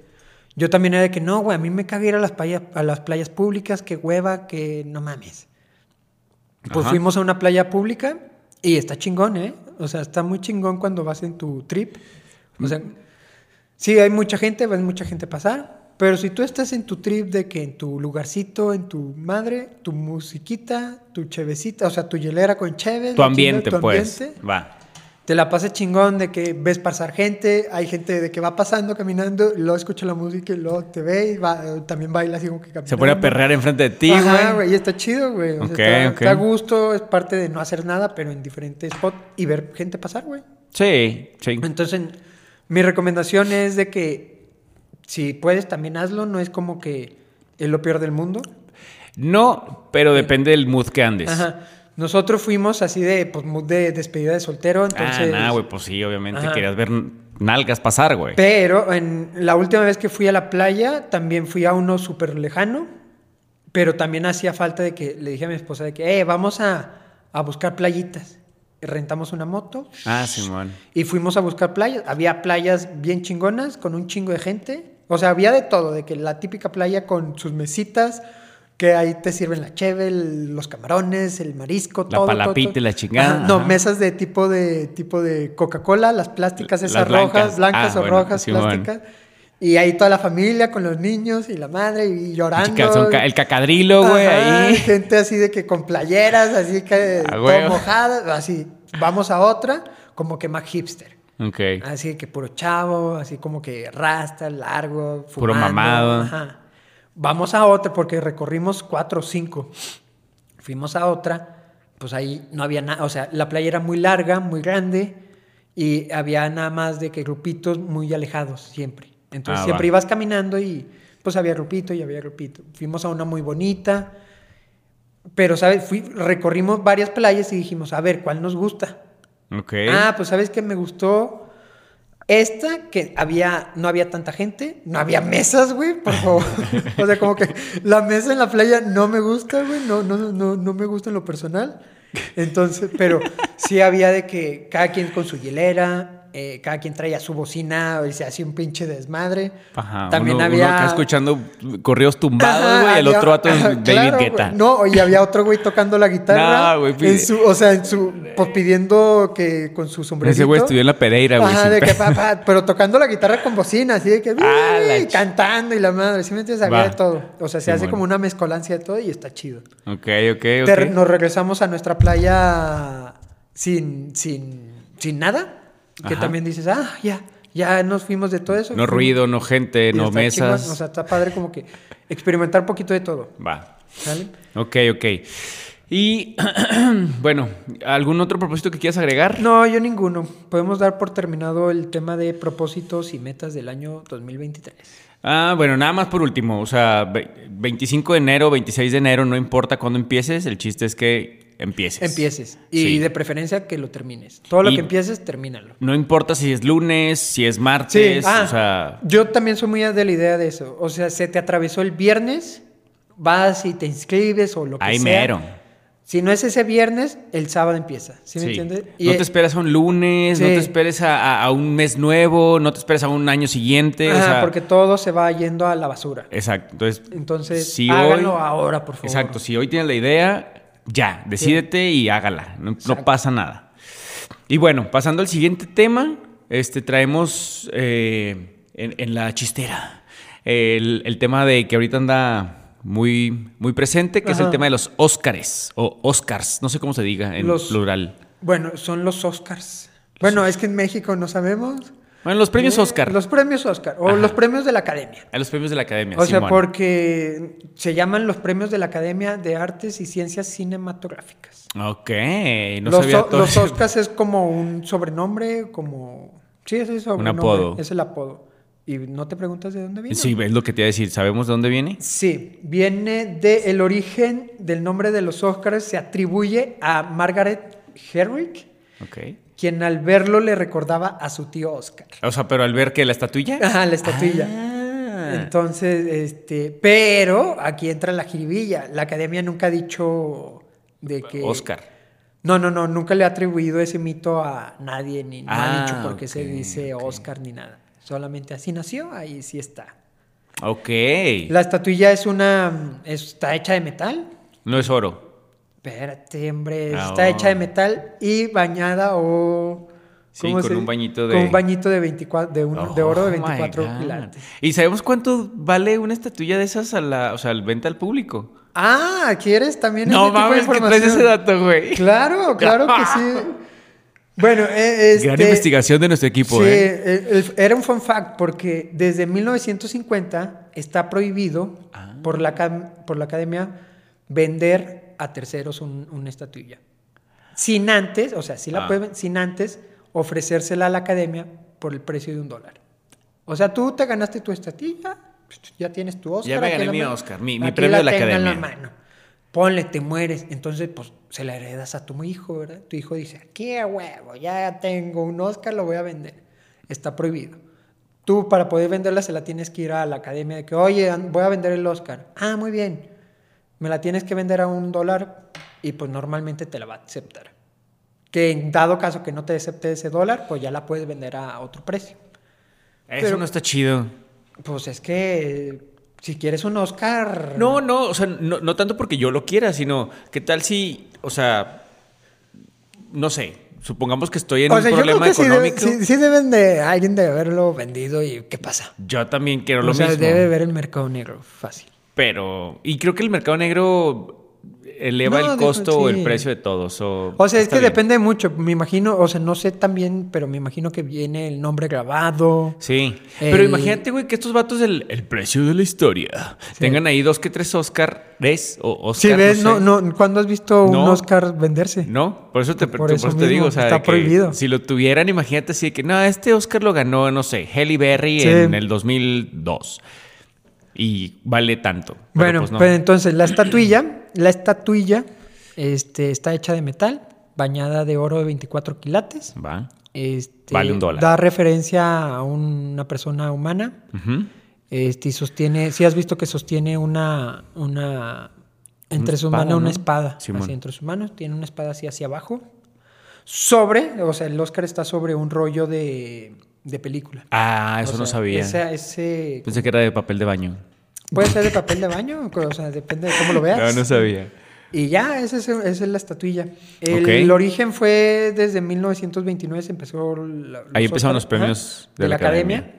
yo también era de que no, güey, a mí me caga ir a las playas a las playas públicas, que hueva, que no mames. Pues
Ajá.
fuimos a una playa pública y está chingón, ¿eh? O sea, está muy chingón cuando vas en tu trip. O sea, sí, hay mucha gente, ves mucha gente pasar, pero si tú estás en tu trip de que en tu lugarcito, en tu madre, tu musiquita, tu chevecita, o sea, tu hielera con cheve,
Tu
la
ambiente,
chingada, tu
pues.
ambiente,
Va.
te la pasas chingón de que ves pasar gente, hay gente de que va pasando, caminando, y luego escucha la música y luego te ve y va- también baila así como que caminando.
Se pone a perrear enfrente de ti,
Ajá,
güey.
güey, y está chido, güey. O sea,
Ok,
está,
ok.
está a gusto, es parte de no hacer nada, pero en diferentes spots y ver gente pasar, güey.
Sí, sí.
Entonces, mi recomendación es de que si puedes también hazlo, no es como que es lo peor del mundo.
No, pero depende del mood que andes.
Ajá. Nosotros fuimos así de, pues, mood de despedida de soltero, entonces...
ah, nah, güey, pues sí, obviamente
Ajá.
querías ver nalgas pasar, güey.
Pero en la última vez que fui a la playa, también fui a uno súper lejano, pero también hacía falta de que le dije a mi esposa de que, eh, vamos a, a buscar playitas. rentamos una moto
Ah, Simón.
y fuimos a buscar playas. Había playas bien chingonas con un chingo de gente. O sea, había de todo, de que la típica playa con sus mesitas, que ahí te sirven la cheve, el- los camarones, el marisco,
La
todo.
palapita
todo, todo.
y la chingada,
Ajá, no,
ajá.
mesas de tipo de tipo de Coca-Cola, las plásticas
Las
esas
blancas.
rojas, blancas
Ah,
o
bueno,
rojas,
Simón.
plásticas. Y ahí toda la familia con los niños y la madre y llorando.
Pinche calzón ca- el cacadrilo,
Ajá,
güey, ahí.
Gente así de que con playeras, así que
Ah,
todo
huevo.
mojada, así. Vamos a otra, como que más hipster.
Ok.
Así que puro chavo, así como que rasta, largo, fumando,
Puro mamado.
ajá. Vamos a otra porque recorrimos cuatro o cinco. Fuimos a otra, pues ahí no había nada, o sea, la playa era muy larga, muy grande y había nada más de que grupitos muy alejados siempre. Entonces
Ah,
siempre
va.
ibas caminando y pues había grupito y había grupito. Fuimos a una muy bonita, pero sabes, Fui- recorrimos varias playas y dijimos, a ver, ¿cuál nos gusta?
Ok.
Ah, pues sabes que me gustó esta, que había, no había tanta gente, no había mesas, güey, por favor. o sea, como que la mesa en la playa no me gusta, güey, no, no, no, no me gusta en lo personal. Entonces, pero sí había de que cada quien con su hielera, eh, cada quien traía su bocina, o se hacía un pinche desmadre.
Ajá.
También
uno, uno
había...
acá escuchando correos tumbados,
Ajá,
güey. El
había-
otro vato es
ajá,
David
claro,
Guetta.
güey. No, y había otro güey tocando la guitarra.
No, güey,
en
pide-
su- o sea, en su, pues, pidiendo que con su sombrerito.
Ese güey estudió en la Pereira, güey.
Ajá,
sin
de que
pedo.
pa, pa, pero tocando la guitarra con bocina, así de que
Ah, la
"Uy",
ch-
cantando y la madre, ¿sí me entiendes? Había
Va.
de todo. O sea, se hace
Simón.
como una mezcolancia de todo y está chido.
Ok, ok, ok.
Te- nos regresamos a nuestra playa sin, sin, sin nada, que
Ajá.
también dices, ah, ya, ya nos fuimos de todo eso.
No ruido, no gente,
Y
no
está chingón,
mesas.
O sea, está padre como que experimentar un poquito de todo,
Va.
¿sale?
Ok, ok. Y bueno, ¿algún otro propósito que quieras agregar?
No, yo ninguno. Podemos dar por terminado el tema de propósitos y metas del año 2023.
Ah, bueno, nada más por último. O sea, ve- 25 de enero, 26 de enero, no importa cuándo empieces, el chiste es que empieces.
Empieces. Y
Sí.
de preferencia que lo termines. Todo lo
Y-
que empieces, termínalo.
No importa si es lunes, si es martes,
ah,
o sea,
yo también soy muy de la idea de eso. O sea, se te atravesó el viernes, vas y te inscribes o lo que
ahí
sea.
mero.
Si no es ese viernes, el sábado empieza. ¿Sí me
Sí.
entiendes? Y,
No te esperas a un lunes, no
Sí.
te esperes a, a- a un mes nuevo, no te esperes a un año siguiente. o
Ajá,
sea,
porque todo se va yendo a la basura.
Exacto. Entonces,
Entonces,
si
háganlo
hoy-
ahora, por favor.
Exacto. Si hoy tienes la idea, ya, decídete y hágala. No, no pasa nada. Y bueno, pasando al siguiente tema, este traemos eh, en, en la chistera el, el tema de que ahorita anda muy, muy presente, que es el
Ajá.
tema de los Óscares o Oscars, no sé cómo se diga en
Los-
plural.
Bueno, son los Oscars. Bueno, es que en México no sabemos.
Bueno, los premios
Eh,
Óscar.
Los premios Oscar. O
Ajá.
los premios de la academia.
A los premios de la academia.
O sea,
Simón.
porque se llaman los premios de la Academia de Artes y Ciencias Cinematográficas.
Ok, no
los,
sabía
o-
todo
los
eso.
Oscars es como un sobrenombre, como... Sí, es eso.
apodo.
Es el apodo. ¿Y no te preguntas de dónde viene?
Sí, es lo que te iba a decir. ¿Sabemos de dónde viene?
Sí, viene de el origen del nombre de los Oscars se atribuye a Margaret Herrick,
Ok.
quien al verlo le recordaba a su tío Oscar.
O sea, pero al ver que la estatuilla.
Ajá, la estatuilla.
Ah.
Entonces, este, pero aquí entra la jiribilla. La academia nunca ha dicho de que.
Oscar.
No, no, no, nunca le ha atribuido ese mito a nadie, ni no
Ah,
ha dicho por qué se
ok,
dice
ok.
Oscar ni nada. Solamente así nació, ahí sí está.
Ok.
La estatuilla es una. mm, está hecha de metal.
No es oro.
Espérate, hombre.
Ah,
Está hecha de
oh.
metal y bañada o.
Sí,
¿cómo
con un bañito de-
Con un bañito de 24, de, un- de oro de
Oh, my
24
God.
quilates.
¿Y sabemos cuánto vale una estatuilla de esas a la, o sea, al venta al público?
Ah, ¿quieres también
No
ese tipo de
mames, que traes
información?
ese dato, güey.
Claro, claro que sí. Bueno, eh, este,
Gran investigación de nuestro equipo,
sí,
¿eh?
el- el- era un fun fact porque desde 1950 está prohibido
Ah.
por, la, acad- por la academia vender a terceros un- una estatuilla. Sin antes, o sea, sí la
Ah.
pueden, sin antes ofrecérsela a la academia por el precio de un dólar. O sea, tú te ganaste tu estatuilla, ya tienes tu Oscar.
Ya me
aquí
gané
en la
mi
mano.
Oscar, mi- mi
Aquí
premio de la
tengo en
academia.
mano. Ponle, te mueres. Entonces, pues, se la heredas a tu hijo, ¿verdad? Tu hijo dice, aquí a huevo, ya tengo un Oscar, lo voy a vender. Está prohibido. Tú, para poder venderla, se la tienes que ir a la academia de que, oye, an- voy a vender el Oscar. Ah, muy bien. Me la tienes que vender a un dólar y, pues, normalmente te la va a aceptar. que en dado caso que no te acepte ese dólar, pues ya la puedes vender a otro precio.
Eso
Pero-
no está chido.
Pues es que eh, si quieres un Oscar...
No, no, o sea, no, no tanto porque yo lo quiera, sino qué tal si, o sea, no sé, supongamos que estoy en
O
un
sea, yo creo
problema
que sí, debe-
económico.
sí- sí deben de... Alguien debe haberlo vendido y ¿qué pasa?
Yo también quiero lo
o sea,
mismo.
debe ver el mercado negro fácil.
Pero, y creo que el mercado negro eleva
No,
el
deja-
costo o
sí.
el precio de todos. O,
O sea, es
está
que
bien.
depende mucho. Me imagino, o sea, no sé también, pero me imagino que viene el nombre grabado.
Sí.
El-
Pero imagínate, güey, que estos vatos del el precio de la historia tengan ahí dos que tres Oscar, ¿ves? O
Si
Oscar.
ves,
no,
no,
sé.
no, ¿cuándo has visto un
No.
Oscar venderse?
No, por eso te,
Por
por
eso
eso te
mismo,
digo, o sea,
está
de que
prohibido.
si lo tuvieran, imagínate así de que, no, este Oscar lo ganó, no sé, Halle Berry
Sí.
en el 2002 y vale tanto. Pero
Bueno,
pues no.
pues entonces la estatuilla, la estatuilla este, está hecha de metal, bañada de oro de 24 quilates.
va.
Este,
Vale un dólar.
Da referencia a un- una persona humana.
Ujú.
Este, y sostiene, si has visto que sostiene una, una entre
Una
sus
espada,
manos, una
¿no?
espada.
Simón.
Así entre sus manos, tiene una espada así hacia abajo. Sobre, o sea, el Oscar está sobre un rollo de, de película.
Ah,
O
eso no
sea,
sabía.
esa- ese,
Pensé que era de papel de baño.
puede ser de papel de baño, o sea, depende de cómo lo
No,
veas.
no sabía.
Y ya, esa es, esa es la estatuilla. El,
Ok.
origen fue desde 1929, se empezó... la-
Ahí empezaron
Óscar-
los premios
ajá,
de la Academia.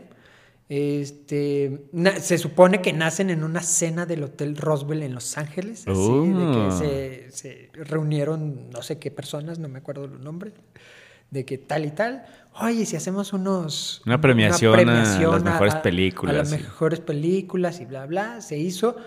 Este, na- se supone que nacen en una cena del Hotel Roswell en Los Ángeles. Así,
Oh.
de que se, se reunieron no sé qué personas, no me acuerdo los nombres, de que tal y tal. Oye, si hacemos unos...
Una premiación a las mejores
A las
películas, sí.
mejores películas y bla, bla, se hizo.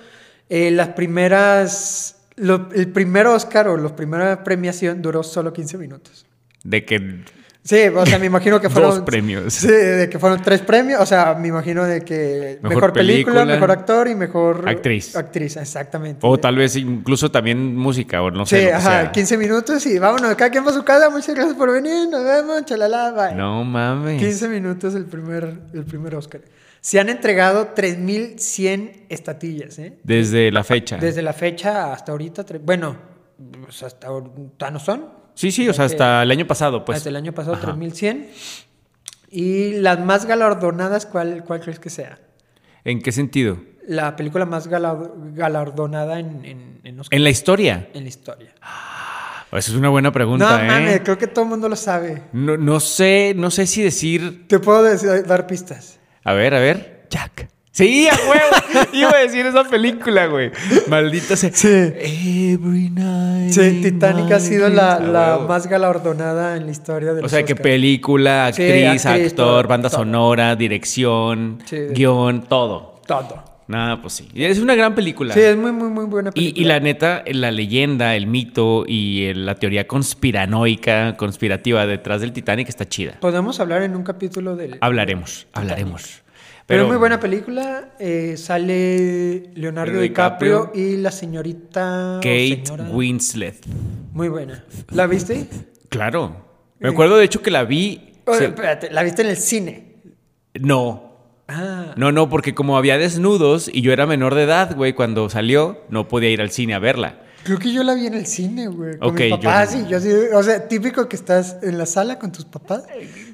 Eh, las primeras, lo- el primer Oscar o la primera premiación duró solo 15 minutos.
De que
Sí, o sea, me imagino que
Dos
fueron...
premios.
Sí, de que fueron tres premios, o sea, me imagino de que mejor,
Mejor
película,
película,
mejor actor y mejor...
actriz.
Actriz, exactamente.
O tal vez incluso también música, o no
Sí,
sé. lo que
ajá,
sea.
15 minutos y vámonos, cada quien va a su casa, muchas gracias por venir, nos vemos, chalala, bye.
No mames.
15 minutos el primer, el primer Oscar. Se han entregado 3.100 estatillas, ¿eh?
Desde la fecha.
Desde la fecha hasta ahorita, tre- bueno, pues hasta ahorita no son,
Sí, sí, o sea, hasta el año pasado, pues.
desde el año pasado
Ajá.
3100. Y las más galardonadas, ¿cuál, ¿cuál crees que sea?
¿En qué sentido?
La película más gala- galardonada en, en, en Oscar,
En la historia. Oh,
en la historia.
Esa es una buena pregunta,
no
¿eh?
mames, creo que todo el mundo lo sabe.
No, no sé, no sé si decir.
Te puedo decir- dar pistas.
A ver, a ver. Jack. Sí, a huevo. Iba a decir esa película, güey. Maldita sea.
Sí.
Every night.
Sí,
in
Titanic
my
ha sido
dreams.
la,
A
la
huevo.
más galardonada en la historia de
O
los
sea, que
Oscar.
película,
Sí,
actriz,
actriz,
actor,
todo,
banda
todo.
sonora, dirección,
Sí.
guión, todo.
Todo.
Nada, pues sí. Es una gran película.
Sí, es muy, muy, muy buena
Y,
película.
y la neta, la leyenda, el mito y el- la teoría conspiranoica, conspirativa detrás del Titanic está chida.
Podemos hablar en un capítulo del...
Hablaremos, hablaremos.
Pero es muy buena película. eh, sale Leonardo
Leonardo
DiCaprio,
DiCaprio.
y la señorita. o
Kate
señora-
Winslet.
Muy buena. ¿La viste?
Claro. Me acuerdo, de hecho, que la vi.
Oye,
se-
espérate, la viste en el cine.
No.
Ah.
No, no, porque como había desnudos y yo era menor de edad, güey, cuando salió, no podía ir al cine a verla.
Creo que yo la vi en el cine, güey. Con
Ok, yo
mis papás
no.
y yo así. O sea, típico que estás en la sala con tus papás.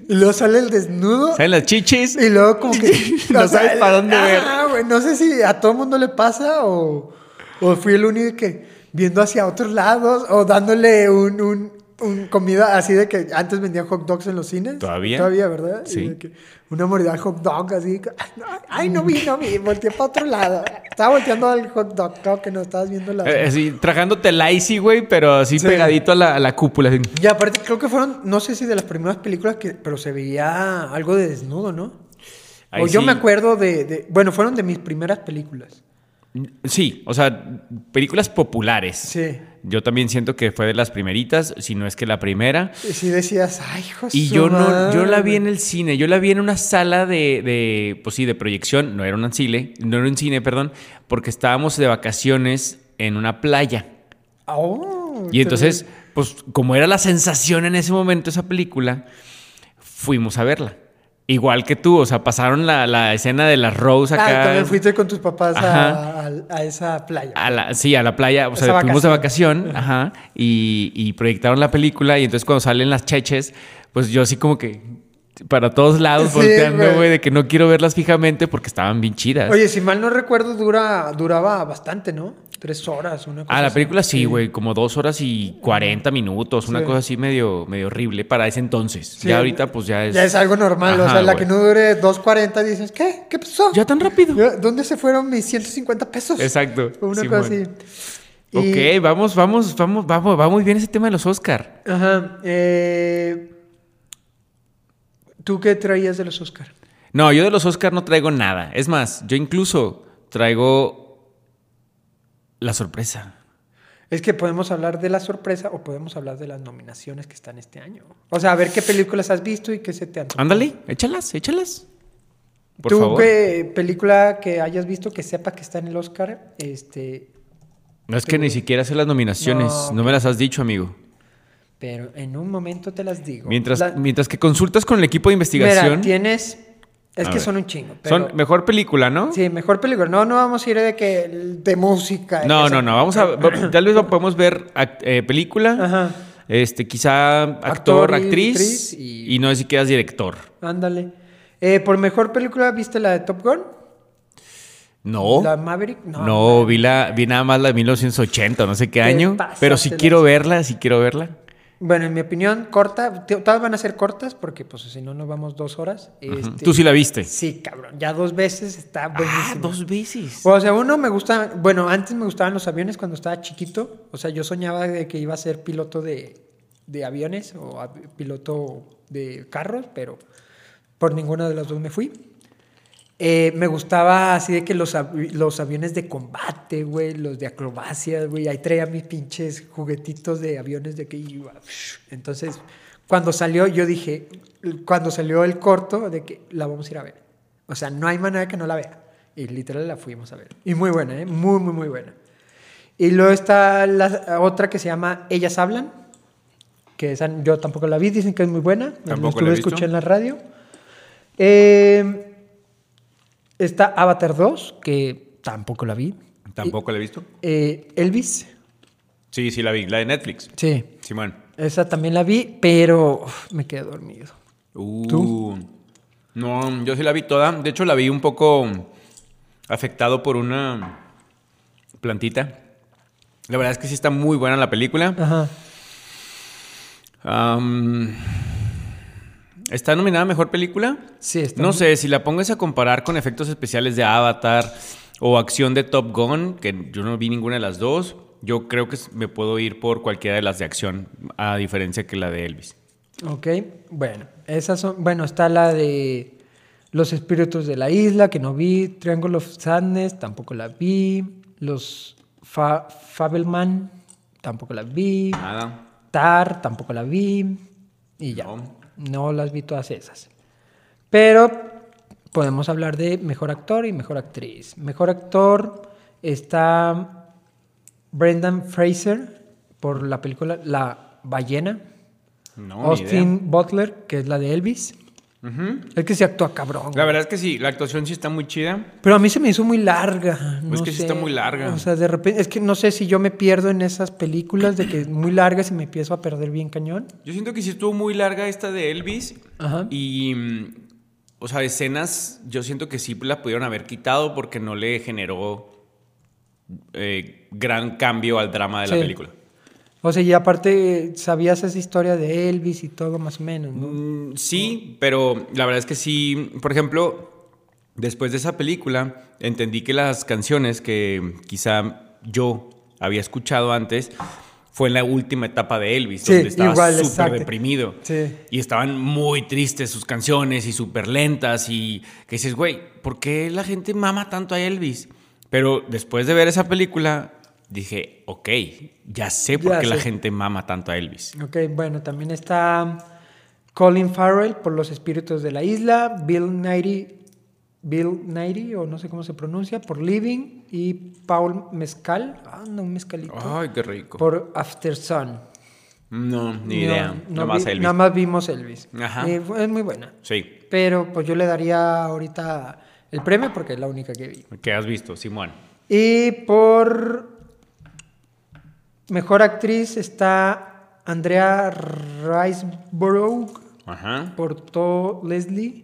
Y luego sale el desnudo.
¿Saben las chichis?
Y luego como que.
No
o sea,
sabes para dónde ver.
ah, güey, no sé si a todo mundo le pasa o, o fui el único que viendo hacia otros lados o dándole un, un- un comida así de que antes vendían hot dogs en los cines.
¿Todavía?
Todavía, ¿verdad? Y
Sí.
de que una mordida al hot dog así. que, ay, no, Ay, no vi, no vi. Volteé para otro lado. Estaba volteando al hot dog. Claro que no estabas viendo la...
Eh, Así, tragándote el icy, güey, pero así
Sí.
pegadito a la, a la cúpula. así.
Y aparte creo que fueron, no sé si de las primeras películas, que, pero se veía algo de desnudo, ¿no?
Ahí
o yo
sí.
me acuerdo de, de- bueno, fueron de mis primeras películas.
Sí, o sea, películas populares.
Sí.
Yo también siento que fue de las primeritas, si no es que la primera.
Y si decías, ay, hijo
Y
su
yo no, yo
madre".
la vi en el cine, yo la vi en una sala de, de pues sí, de proyección, no era un cine, no era un cine, perdón, porque estábamos de vacaciones en una playa.
Ah, oh,
Y entonces, pues como era la sensación en ese momento esa película, fuimos a verla. Igual que tú, o sea, pasaron la, la escena de las Rose acá.
Ah, también fuiste con tus papás a,
Ajá.
a- a esa playa.
A la- sí, a la playa, o
Esa
sea, fuimos de
vacación.
vacación, ajá, y, y proyectaron la película y entonces cuando salen las cheches, pues yo así como que para todos lados
Sí,
volteando,
güey.
güey, de que no quiero verlas fijamente porque estaban bien chidas.
Oye, si mal no recuerdo, dura, duraba bastante, ¿no? Tres horas, una cosa.
Ah, la
así.
película sí, güey, como dos horas y cuarenta minutos, una
Sí.
cosa así medio, medio horrible para ese entonces.
Sí.
ya ahorita pues ya es...
Ya es algo normal, o
Ajá,
sea, la
güey.
que no dure 2.40 dices, ¿qué? ¿Qué pasó?
Ya tan rápido.
¿Dónde se fueron mis 150 pesos?
Exacto,
Una
Simón.
cosa así. Y-
Ok, vamos, vamos, vamos, vamos, va muy bien ese tema de los Oscar.
Ajá. eh, ¿Tú qué traías de los Oscar?
No, yo de los Oscar no traigo nada. Es más, yo incluso traigo la sorpresa.
Es que podemos hablar de la sorpresa o podemos hablar de las nominaciones que están este año. O sea, a ver qué películas has visto y qué se te han.
Ándale, échalas, échalas. Ah, Por
¿Tú
favor.
qué película que hayas visto que sepa que está en el Oscar? Este,
No es que ni siquiera sé las nominaciones.
No,
No, me las has dicho, amigo.
pero en un momento te las digo.
Mientras,
La-
mientras que consultas con el equipo de investigación.
Mira, tienes. Es
A
que
ver.
son un chingo. Pero,
Son mejor película, ¿no?
Sí, mejor película. No, no vamos a ir de que de música.
No,
Esa-
no, no. Vamos a. va- Tal vez podemos ver act- eh, película.
Ajá.
Este, quizá actor,
Actor y
actriz.
actriz y-
y... no sé si quedas director.
Ándale. Eh, por mejor película, ¿viste la de Top Gun?
No.
La Maverick. No.
No, vi, la, vi nada más la de 1980, no sé qué
Te
año.
pasaste
Pero sí
la
quiero verla, sí quiero verla.
Bueno, en mi opinión, corta. Te- Todas van a ser cortas porque, pues, si no, nos vamos dos horas. Este,
Tú sí la viste.
Sí, cabrón. Ya dos veces está buenísimo.
Ah, dos veces.
O sea, uno me gusta, bueno, antes me gustaban los aviones cuando estaba chiquito. O sea, yo soñaba de que iba a ser piloto de, de aviones o av- piloto de carros, pero por ninguna de las dos me fui. Eh, me gustaba así de que los, avi- los aviones de combate, güey, los de acrobacias, güey, ahí traía mis pinches juguetitos de aviones de que iba. Entonces, cuando salió, yo dije, cuando salió el corto, de que la vamos a ir a ver. O sea, no hay manera que no la vea. Y literal la fuimos a ver. Y muy buena, ¿eh? Muy, muy, muy buena. Y luego está la otra que se llama Ellas Hablan, que esa yo tampoco la vi, dicen que es muy buena.
Tampoco la
estuve
he visto.
escuché en la radio. Eh, está Avatar 2, que tampoco la vi.
Tampoco la he visto.
Eh, Elvis,
Sí, sí la vi. La de Netflix.
sí,
Simón.
esa también la vi, pero uf, me quedé dormido.
Uh, No, yo sí la vi toda. De hecho, la vi un poco afectado por una plantita. La verdad es que sí está muy buena la película.
Ajá.
Am, está nominada a mejor película.
Sí, está
No
muy-
sé, si la pongas a comparar con efectos especiales de Avatar o acción de Top Gun, que yo no vi ninguna de las dos, yo creo que s- me puedo ir por cualquiera de las de acción, a diferencia que la de Elvis.
Ok, bueno, esas son, bueno, está la de Los Espíritus de la Isla, que no vi, Triangle of Sadness, tampoco la vi, Los Fa- Fabelman, tampoco la vi,
Nada.
Tar, tampoco la vi, y ya,
No.
no las vi todas esas. Pero podemos hablar de mejor actor y mejor actriz. Mejor actor está Brendan Fraser por la película La Ballena.
No, ni idea.
Austin Butler, que es la de Elvis.
Ujú.
Es que se actúa cabrón.
La
güey.
verdad es que sí, la actuación sí está muy chida.
Pero a mí se me hizo muy larga. no
Pues que sí
sé.
está muy larga.
O sea, de repente, es que no sé si yo me pierdo en esas películas de que es muy largas y me empiezo a perder bien cañón.
Yo siento que sí estuvo muy larga esta de Elvis.
Ajá.
Y, mm, o sea, escenas, yo siento que sí la pudieron haber quitado porque no le generó eh, gran cambio al drama de la
Sí.
película.
O sea, y aparte sabías esa historia de Elvis y todo más o menos, ¿no?
Mm, Sí, pero la verdad es que sí, por ejemplo, después de esa película, entendí que las canciones que quizá yo había escuchado antes fue en la última etapa de Elvis,
Sí,
donde estaba
igual,
súper
exacto.
deprimido.
Sí.
Y estaban muy tristes sus canciones y súper lentas y que dices, güey, ¿por qué la gente mama tanto a Elvis? Pero después de ver esa película, dije, ok, ya sé por
Ya
qué la
sé.
gente mama tanto a Elvis.
Ok, bueno, también está Colin Farrell por Los Espíritus de la Isla, Bill Nighy, Bill Nighy, o no sé cómo se pronuncia, por Living, y Paul Mezcal, ah, no, un mezcalito,
Ay, qué rico.
por After Sun.
No, ni
No,
idea.
no
Nada más
vi-
Elvis.
Nada más vimos Elvis.
Ajá.
Eh, fue- es muy buena.
Sí.
Pero pues yo le daría ahorita el premio porque es la única que vi.
¿Qué has visto, Simón?
Y por mejor actriz está Andrea Riseborough
Ajá.
por To Leslie.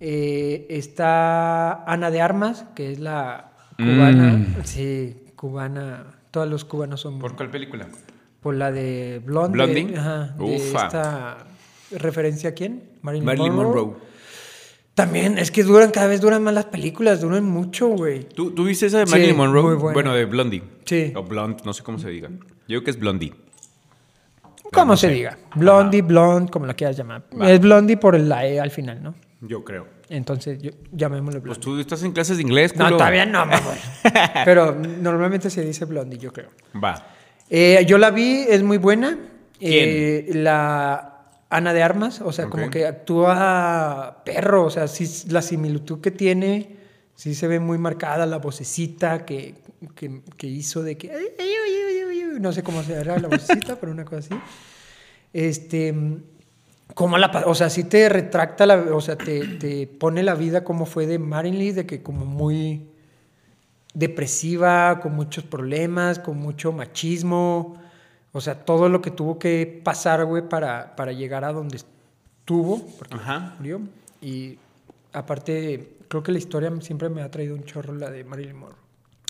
Eh, está Ana de Armas, que es la cubana.
Mm.
Sí, cubana. Todos los cubanos son
¿Por cuál película?
por la de Blonde.
Blondie.
Ajá, de
Ufa.
esta referencia a quién? Marilyn,
Marilyn
Monroe.
Monroe.
También, es que duran, cada vez duran más las películas, duran mucho, güey.
¿Tú, tú viste esa de
Sí,
Marilyn Monroe?
muy buena.
Bueno, de Blondie.
Sí.
O Blonde, no sé cómo se diga. Yo creo que es Blondie.
Como se diga. Blondie, blonde, como la quieras llamar. Es blondie por la E al final, ¿no?
Yo creo.
Entonces, yo, llamémosle
Pues
blondie.
tú estás en clases de inglés,
no,
culo.
todavía no, mamón. Pero normalmente se dice blondie, yo creo.
Va.
Eh, yo la vi, es muy buena.
¿Quién?
Eh, la Ana de Armas, o sea, como
Ok.
que actúa perro, o sea, sí, la similitud que tiene, sí se ve muy marcada la vocecita que, que, que hizo de que... "Ay, ay, ay, ay, ay, ay", No sé cómo se era la vocecita, pero una cosa así. Este... Como la, pa- o sea, sí te retracta, la, o sea, te, te pone la vida como fue de Marilyn, de que como muy depresiva, con muchos problemas, con mucho machismo, o sea, todo lo que tuvo que pasar, güey, para, para llegar a donde estuvo, porque
Ajá.
murió. Y aparte, creo que la historia siempre me ha traído un chorro la de Marilyn Monroe.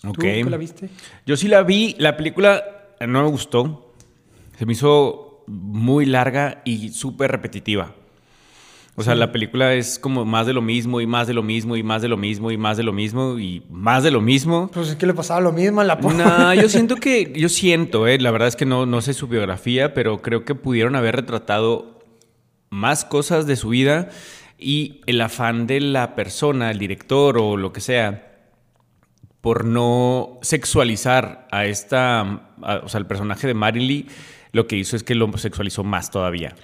Ok.
¿Tú que la viste?
Yo sí la vi, la película eh, no me gustó. Se me hizo muy larga y súper repetitiva. O sea, la película es como más de lo mismo y más de lo mismo y más de lo mismo y más de lo mismo y más de lo mismo.
Pues es que le pasaba lo mismo a la po-
No, yo siento que, yo siento, eh, la verdad es que no, no sé su biografía, pero creo que pudieron haber retratado más cosas de su vida y el afán de la persona, el director o lo que sea, por no sexualizar a esta, a- o sea, el personaje de Marilyn, lo que hizo es que lo sexualizó más todavía.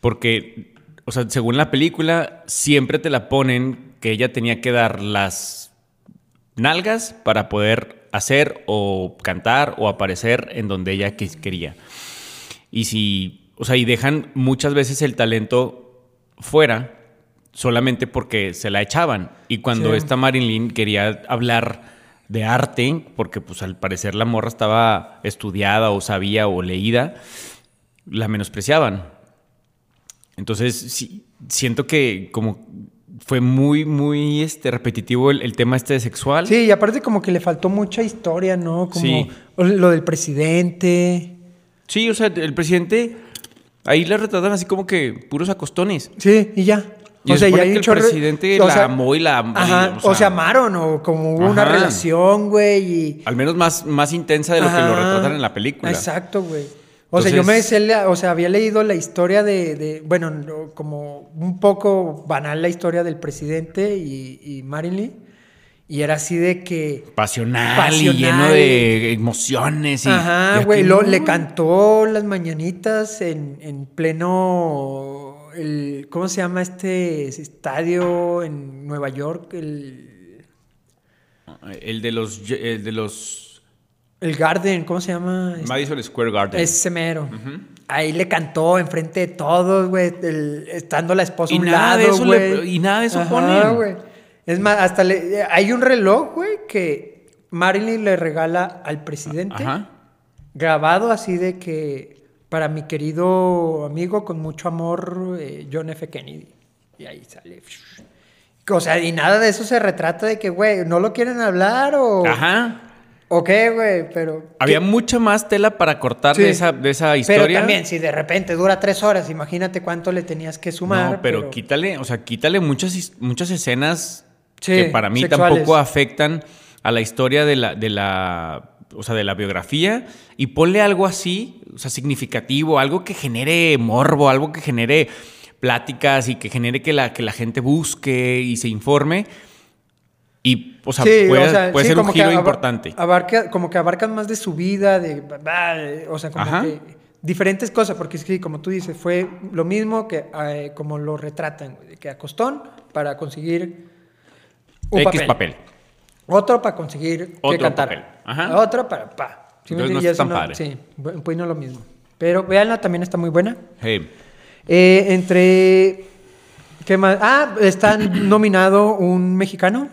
Porque, o sea, según la película, siempre te la ponen que ella tenía que dar las nalgas para poder hacer o cantar o aparecer en donde ella que- quería. Y si, o sea, y dejan muchas veces el talento fuera solamente porque se la echaban. Y cuando
Sí.
esta Marilyn quería hablar de arte, porque pues al parecer la morra estaba estudiada o sabía o leída, la menospreciaban. Entonces, sí, siento que como fue muy, muy este, repetitivo el, el tema este de sexual.
Sí, y aparte como que le faltó mucha historia, ¿no? Como
Sí.
lo del presidente.
Sí, o sea, el presidente ahí la retratan así como que puros acostones.
Sí, y ya.
Y se supone
hay
que
un
el presidente la amó y la-
Ajá,
y, o
o,
sea-
se amaron, o como hubo una
Ajá.
relación, güey. Y...
Al menos más, más intensa de lo que lo
Ajá.
retratan en la película.
Exacto, güey. O
Entonces-
sea, yo me sé la- o sea, había leído la historia de, de- bueno, no, como un poco banal la historia del presidente y, y Marilyn. Y era así de que.
Pasional,
Pasional.
y lleno de emociones. Y, y
Ajá,
aquí
güey. lo-
no.
Le cantó las mañanitas en, en pleno. El, ¿Cómo se llama este estadio en Nueva York? El,
El de los, el de los
el Garden, ¿cómo se llama? Este-
Madison Square Garden.
Ese mero. Ahí le cantó enfrente de todos, güey, el- estando la esposa
Y
a un
nada de
lado,
eso le-
güey.
y nada de eso ponen.
güey. Es más, hasta le- hay un reloj, güey, que Marilyn le regala al presidente.
Ajá.
Grabado así de que para mi querido amigo con mucho amor, eh, John F. Kennedy. Y ahí sale. O sea, y nada de eso se retrata de que, güey, no lo quieren hablar o...
Ajá.
¿O qué, güey? Pero...
Había mucha más tela para cortar
Sí.
de, esa, de esa historia.
Pero también, si de repente dura tres horas, imagínate cuánto le tenías que sumar.
No, pero, quítale, o sea, quítale muchas, his- muchas escenas
Sí,
que para mí
sexuales.
tampoco afectan a la historia de la, de la, o sea, de la biografía y ponle algo así, o sea, significativo, algo que genere morbo, algo que genere pláticas y que genere que la, que la gente busque y se informe. Y, o sea,
Sí,
puede,
o sea,
puede
sí,
ser un
como que
giro
abar-
importante.
Abarca, como que abarcan más de su vida, de... bah, O sea, como
Ajá.
que diferentes cosas, porque es que, como tú dices, fue lo mismo que eh, como lo retratan, güey, de que a costón para conseguir un
X papel.
Otro para conseguir
Otro
que cantar.
papel. Ajá.
Otro para... Pa. ¿Sí me
Entonces no
entiendes? Y
está
eso
tan padre.
Sí, bu- pues no lo mismo. Pero véanla, también está muy buena.
Hey.
Eh, entre. ¿Qué más? Ah, está nominado un mexicano.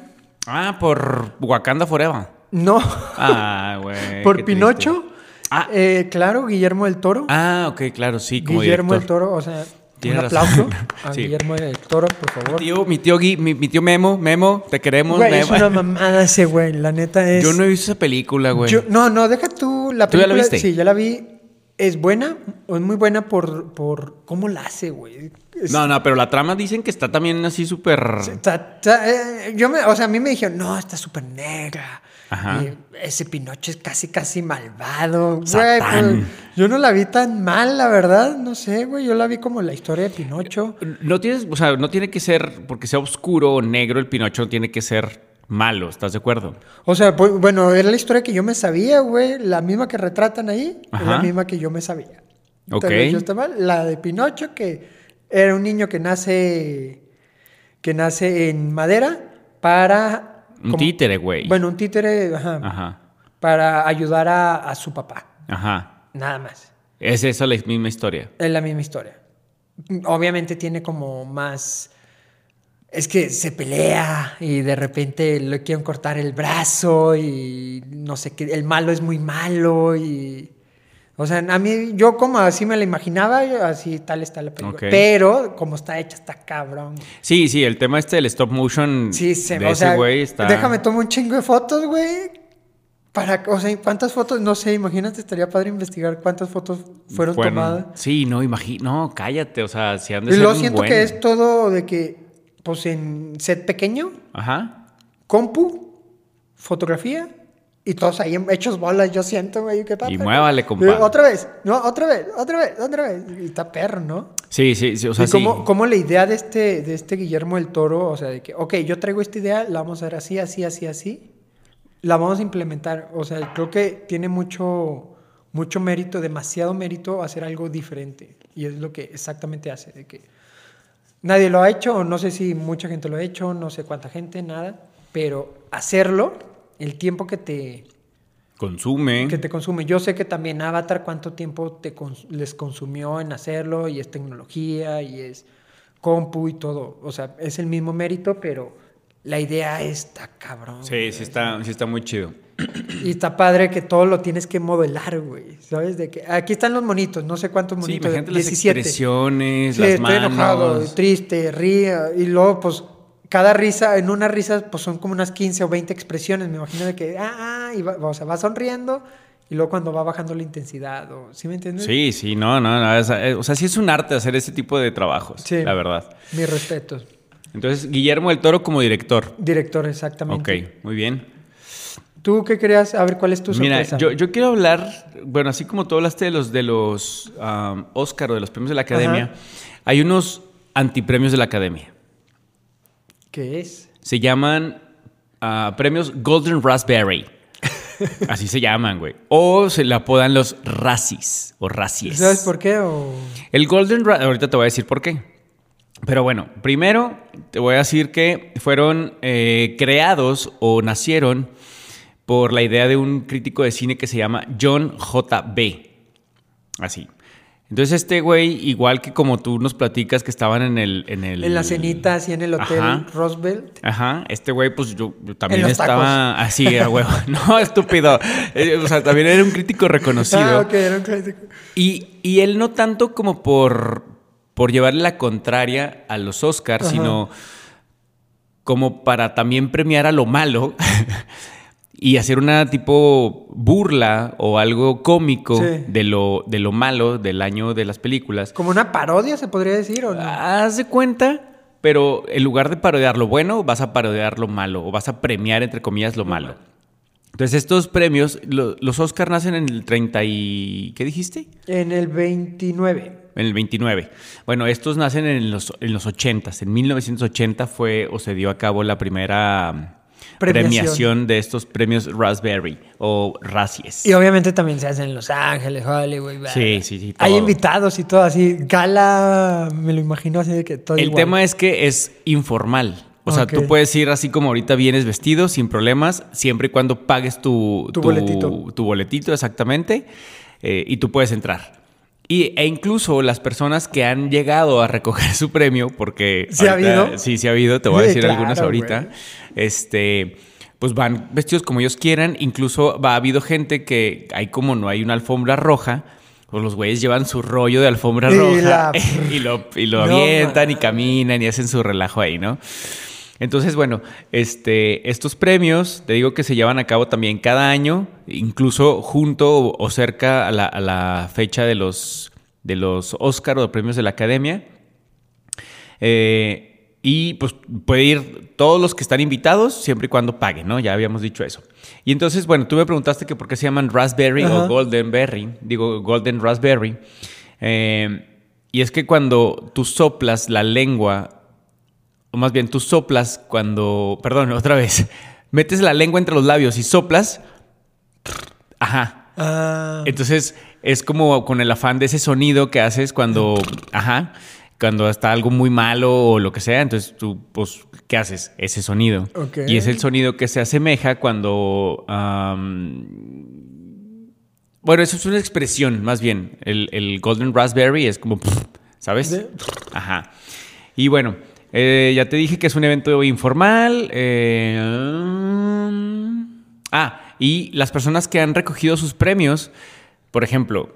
Ah, por Wakanda Forever.
No.
Ah, güey.
por
qué
Pinocho.
triste. Ah.
Eh, claro, Guillermo del Toro.
Ah, ok, claro, sí, como
Guillermo del
director.
Toro, o sea,
Tiene
un
razón.
aplauso a
Sí.
Guillermo del Toro, por favor.
Tío, mi tío Gui- mi, mi tío Memo, Memo, te queremos,
Güey, es
Memo.
una mamada ese güey, la neta es.
Yo no he visto esa película, güey.
Yo- no, no, deja tú la película.
¿Tú ya la viste?
Sí, ya la vi. Es buena, es muy buena por, por cómo la hace, güey. Es-
No, no, pero la trama dicen que está también así súper.
Ta- ta- eh, yo me- o sea, a mí me dijeron, no, está súper negra.
Ajá.
Y ese Pinocho es casi, casi malvado. Güey,
Satán.
pues, yo no la vi tan mal, la verdad. No sé, güey. Yo la vi como la historia de Pinocho.
No tienes, o sea, no tiene que ser, porque sea oscuro o negro, el Pinocho no tiene que ser malo, ¿estás de acuerdo?
O sea, pues, bueno, era la historia que yo me sabía, güey. La misma que retratan ahí, es la
Ajá.
misma que yo me sabía. Tal
Ok.
vez yo esté mal. La de Pinocho, que era un niño que nace, que nace en madera para...
Un títere, güey.
Bueno, un títere, ajá.
Ajá.
para ayudar a, a su papá.
Ajá.
Nada más.
Es esa la misma historia.
Es la misma historia. Obviamente tiene como más... Es que se pelea y de repente le quieren cortar el brazo y no sé qué. El malo es muy malo y... O sea, a mí, yo como así me la imaginaba, yo así tal está la película.
Ok.
Pero como está hecha, está cabrón.
Sí, sí, el tema este del stop motion
Sí, se,
de
o
ese
sea,
güey está.
déjame tomo un chingo de fotos, güey. Para, o sea, ¿cuántas fotos? No sé, imagínate, estaría padre investigar cuántas fotos fueron
Bueno,
tomadas.
Sí, no, imagino. No, cállate, o sea, si han de
Y
ser
lo
un
siento
buen.
que es todo de que, pues en set pequeño,
Ajá.
compu, fotografía y todos ahí hechos bolas, yo siento, güey, qué padre.
Y muévale,
compa.
compadre.
Otra vez, no, otra vez, otra vez, otra vez. Y está perro, ¿no?
Sí, sí, sí, o sea,
y como,
sí.
como la idea de este, de este Guillermo del Toro, o sea, de que, ok, yo traigo esta idea, la vamos a hacer así, así, así, así, la vamos a implementar. O sea, creo que tiene mucho, mucho mérito, demasiado mérito hacer algo diferente. Y es lo que exactamente hace, de que nadie lo ha hecho, o no sé si mucha gente lo ha hecho, no sé cuánta gente, nada, pero hacerlo, el tiempo que te,
Consume.
que te consume. Yo sé que también Avatar cuánto tiempo te cons- les consumió en hacerlo y es tecnología y es compu y todo. O sea, es el mismo mérito, pero la idea está cabrón.
Sí,
güey.
sí está, sí está muy chido.
Y está padre que todo lo tienes que modelar, güey. ¿Sabes? De que aquí están los monitos, no sé cuántos
Sí,
monitos.
imagínate las
17.
expresiones,
Sí,
las
estoy
manos.
enojado, triste, río. Y luego, pues, cada risa, en una risa, pues son como unas 15 o 20 expresiones. Me imagino de que, ah, ah, y va, o sea, va sonriendo. Y luego cuando va bajando la intensidad, o, ¿sí me entiendes?
Sí, sí, no, no, no, es- eh, o sea, sí es un arte hacer ese tipo de trabajos,
Sí.
la verdad.
Mis respetos.
Entonces, Guillermo del Toro como director.
Director, exactamente.
Ok, muy bien.
¿Tú qué creas? A ver, ¿cuál es tu
Mira,
sorpresa?
yo, yo quiero hablar, bueno, así como tú hablaste de los, de los am, Oscar o de los premios de la academia,
Ajá.
hay unos antipremios de la academia.
¿Qué es?
Se llaman ah, premios Golden Raspberry. Así se llaman, güey. O se le apodan los Razzies o Razzies.
¿Sabes por qué? O...
El Golden Ra- ahorita te voy a decir por qué. Pero bueno, primero te voy a decir que fueron eh, creados o nacieron por la idea de un crítico de cine que se llama John J.B. Así. Entonces este güey, igual que como tú nos platicas que estaban en el... En, el,
En la cenita, así en el hotel
Ajá.
Roosevelt.
Ajá, este güey, pues yo yo también
los
estaba así, a huevo. No, estúpido. Eh, O sea, también era un crítico reconocido.
ah, ok, era un clásico.
Y, y él no tanto como por, por llevarle la contraria a los Oscars,
Ajá.
sino como para también premiar a lo malo y hacer una tipo burla o algo cómico
Sí.
de, lo, de lo malo del año de las películas.
Como una parodia, se podría decir, ¿o no?
Haz de cuenta, pero en lugar de parodiar lo bueno, vas a parodiar lo malo o vas a premiar, entre comillas, lo malo. Entonces estos premios, lo- los Oscars nacen en el 30 y... ¿Qué dijiste?
En el 29.
En el 29. Bueno, estos nacen en los, en los 80. En 1980 fue o se dio a cabo la primera mm,
Premiación.
premiación, de estos premios Raspberry o Razzies.
Y obviamente también se hace en Los Ángeles, Hollywood. bla,
Sí,
bla.
sí, sí,
Hay
todo.
invitados y todo así. Gala, me lo imagino así de que todo
El
igual.
tema es que es informal. O sea,
Ok.
tú puedes ir así como ahorita vienes vestido, sin problemas, siempre y cuando pagues tu,
Tu boletito.
tu boletito, exactamente, eh, y tú puedes entrar. Y, e incluso las personas que han llegado a recoger su premio, porque...
¿Sí ha
ahorita-
habido?
Sí, sí ha habido, te voy a
Sí,
decir
claro,
algunas ahorita.
güey.
Este, pues van vestidos como ellos quieran. Incluso va, ha habido gente que hay como no hay una alfombra roja. Pues los güeyes llevan su rollo de alfombra
Y
roja
la-
y lo, y lo
No
avientan y
mames.
caminan y hacen su relajo ahí, ¿no? Entonces, bueno, este, estos premios, te digo que se llevan a cabo también cada año, incluso junto o, o cerca a la, a la fecha de los, de los Oscar o de premios de la Academia. Eh, y pues puede ir todos los que están invitados, siempre y cuando paguen, ¿no? Ya habíamos dicho eso. Y entonces, bueno, tú me preguntaste que por qué se llaman Raspberry
Ajá.
o Golden Berry, digo Golden Raspberry. Eh, y es que cuando tú soplas la lengua o más bien tú soplas cuando, perdón, otra vez, metes la lengua entre los labios y soplas, ajá.
Ah,
Entonces es como con el afán de ese sonido que haces cuando,
Ah.
ajá, cuando está algo muy malo o lo que sea, entonces tú, pues, ¿qué haces? Ese sonido.
Ok.
Y es el sonido que se asemeja cuando... am, bueno, eso es una expresión, más bien. El, el golden raspberry es como, ¿sabes?
De-
Ajá. Y bueno, eh, ya te dije que es un evento informal. eh, mm, ah, y las personas que han recogido sus premios, por ejemplo,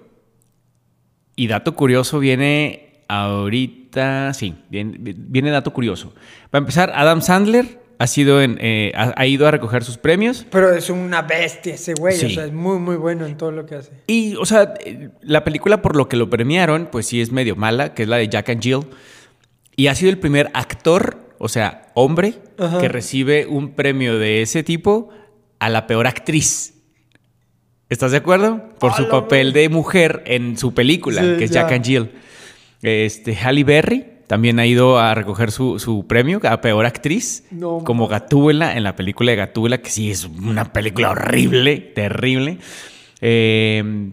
y dato curioso viene ahorita, sí, viene, viene dato curioso. Para empezar, Adam Sandler ha sido en, eh, ha- ha ido a recoger sus premios.
pero es una bestia ese güey,
Sí.
o sea, es muy, muy bueno en todo lo que hace.
Y, o sea, eh, la película por lo que lo premiaron, pues sí es medio mala, que es la de Jack and Jill. Y ha sido el primer actor, o sea, hombre,
Ajá.
que recibe un premio de ese tipo a la peor actriz. ¿Estás de acuerdo? Por su
¡Hala, güey!
papel de mujer en su película,
Sí,
que es
ya.
Jack and Jill. Este, Halle Berry también ha ido a recoger su, su premio a peor actriz,
No
como Gatúbela en la película de Gatúbela, que sí es una película horrible, terrible. Eh,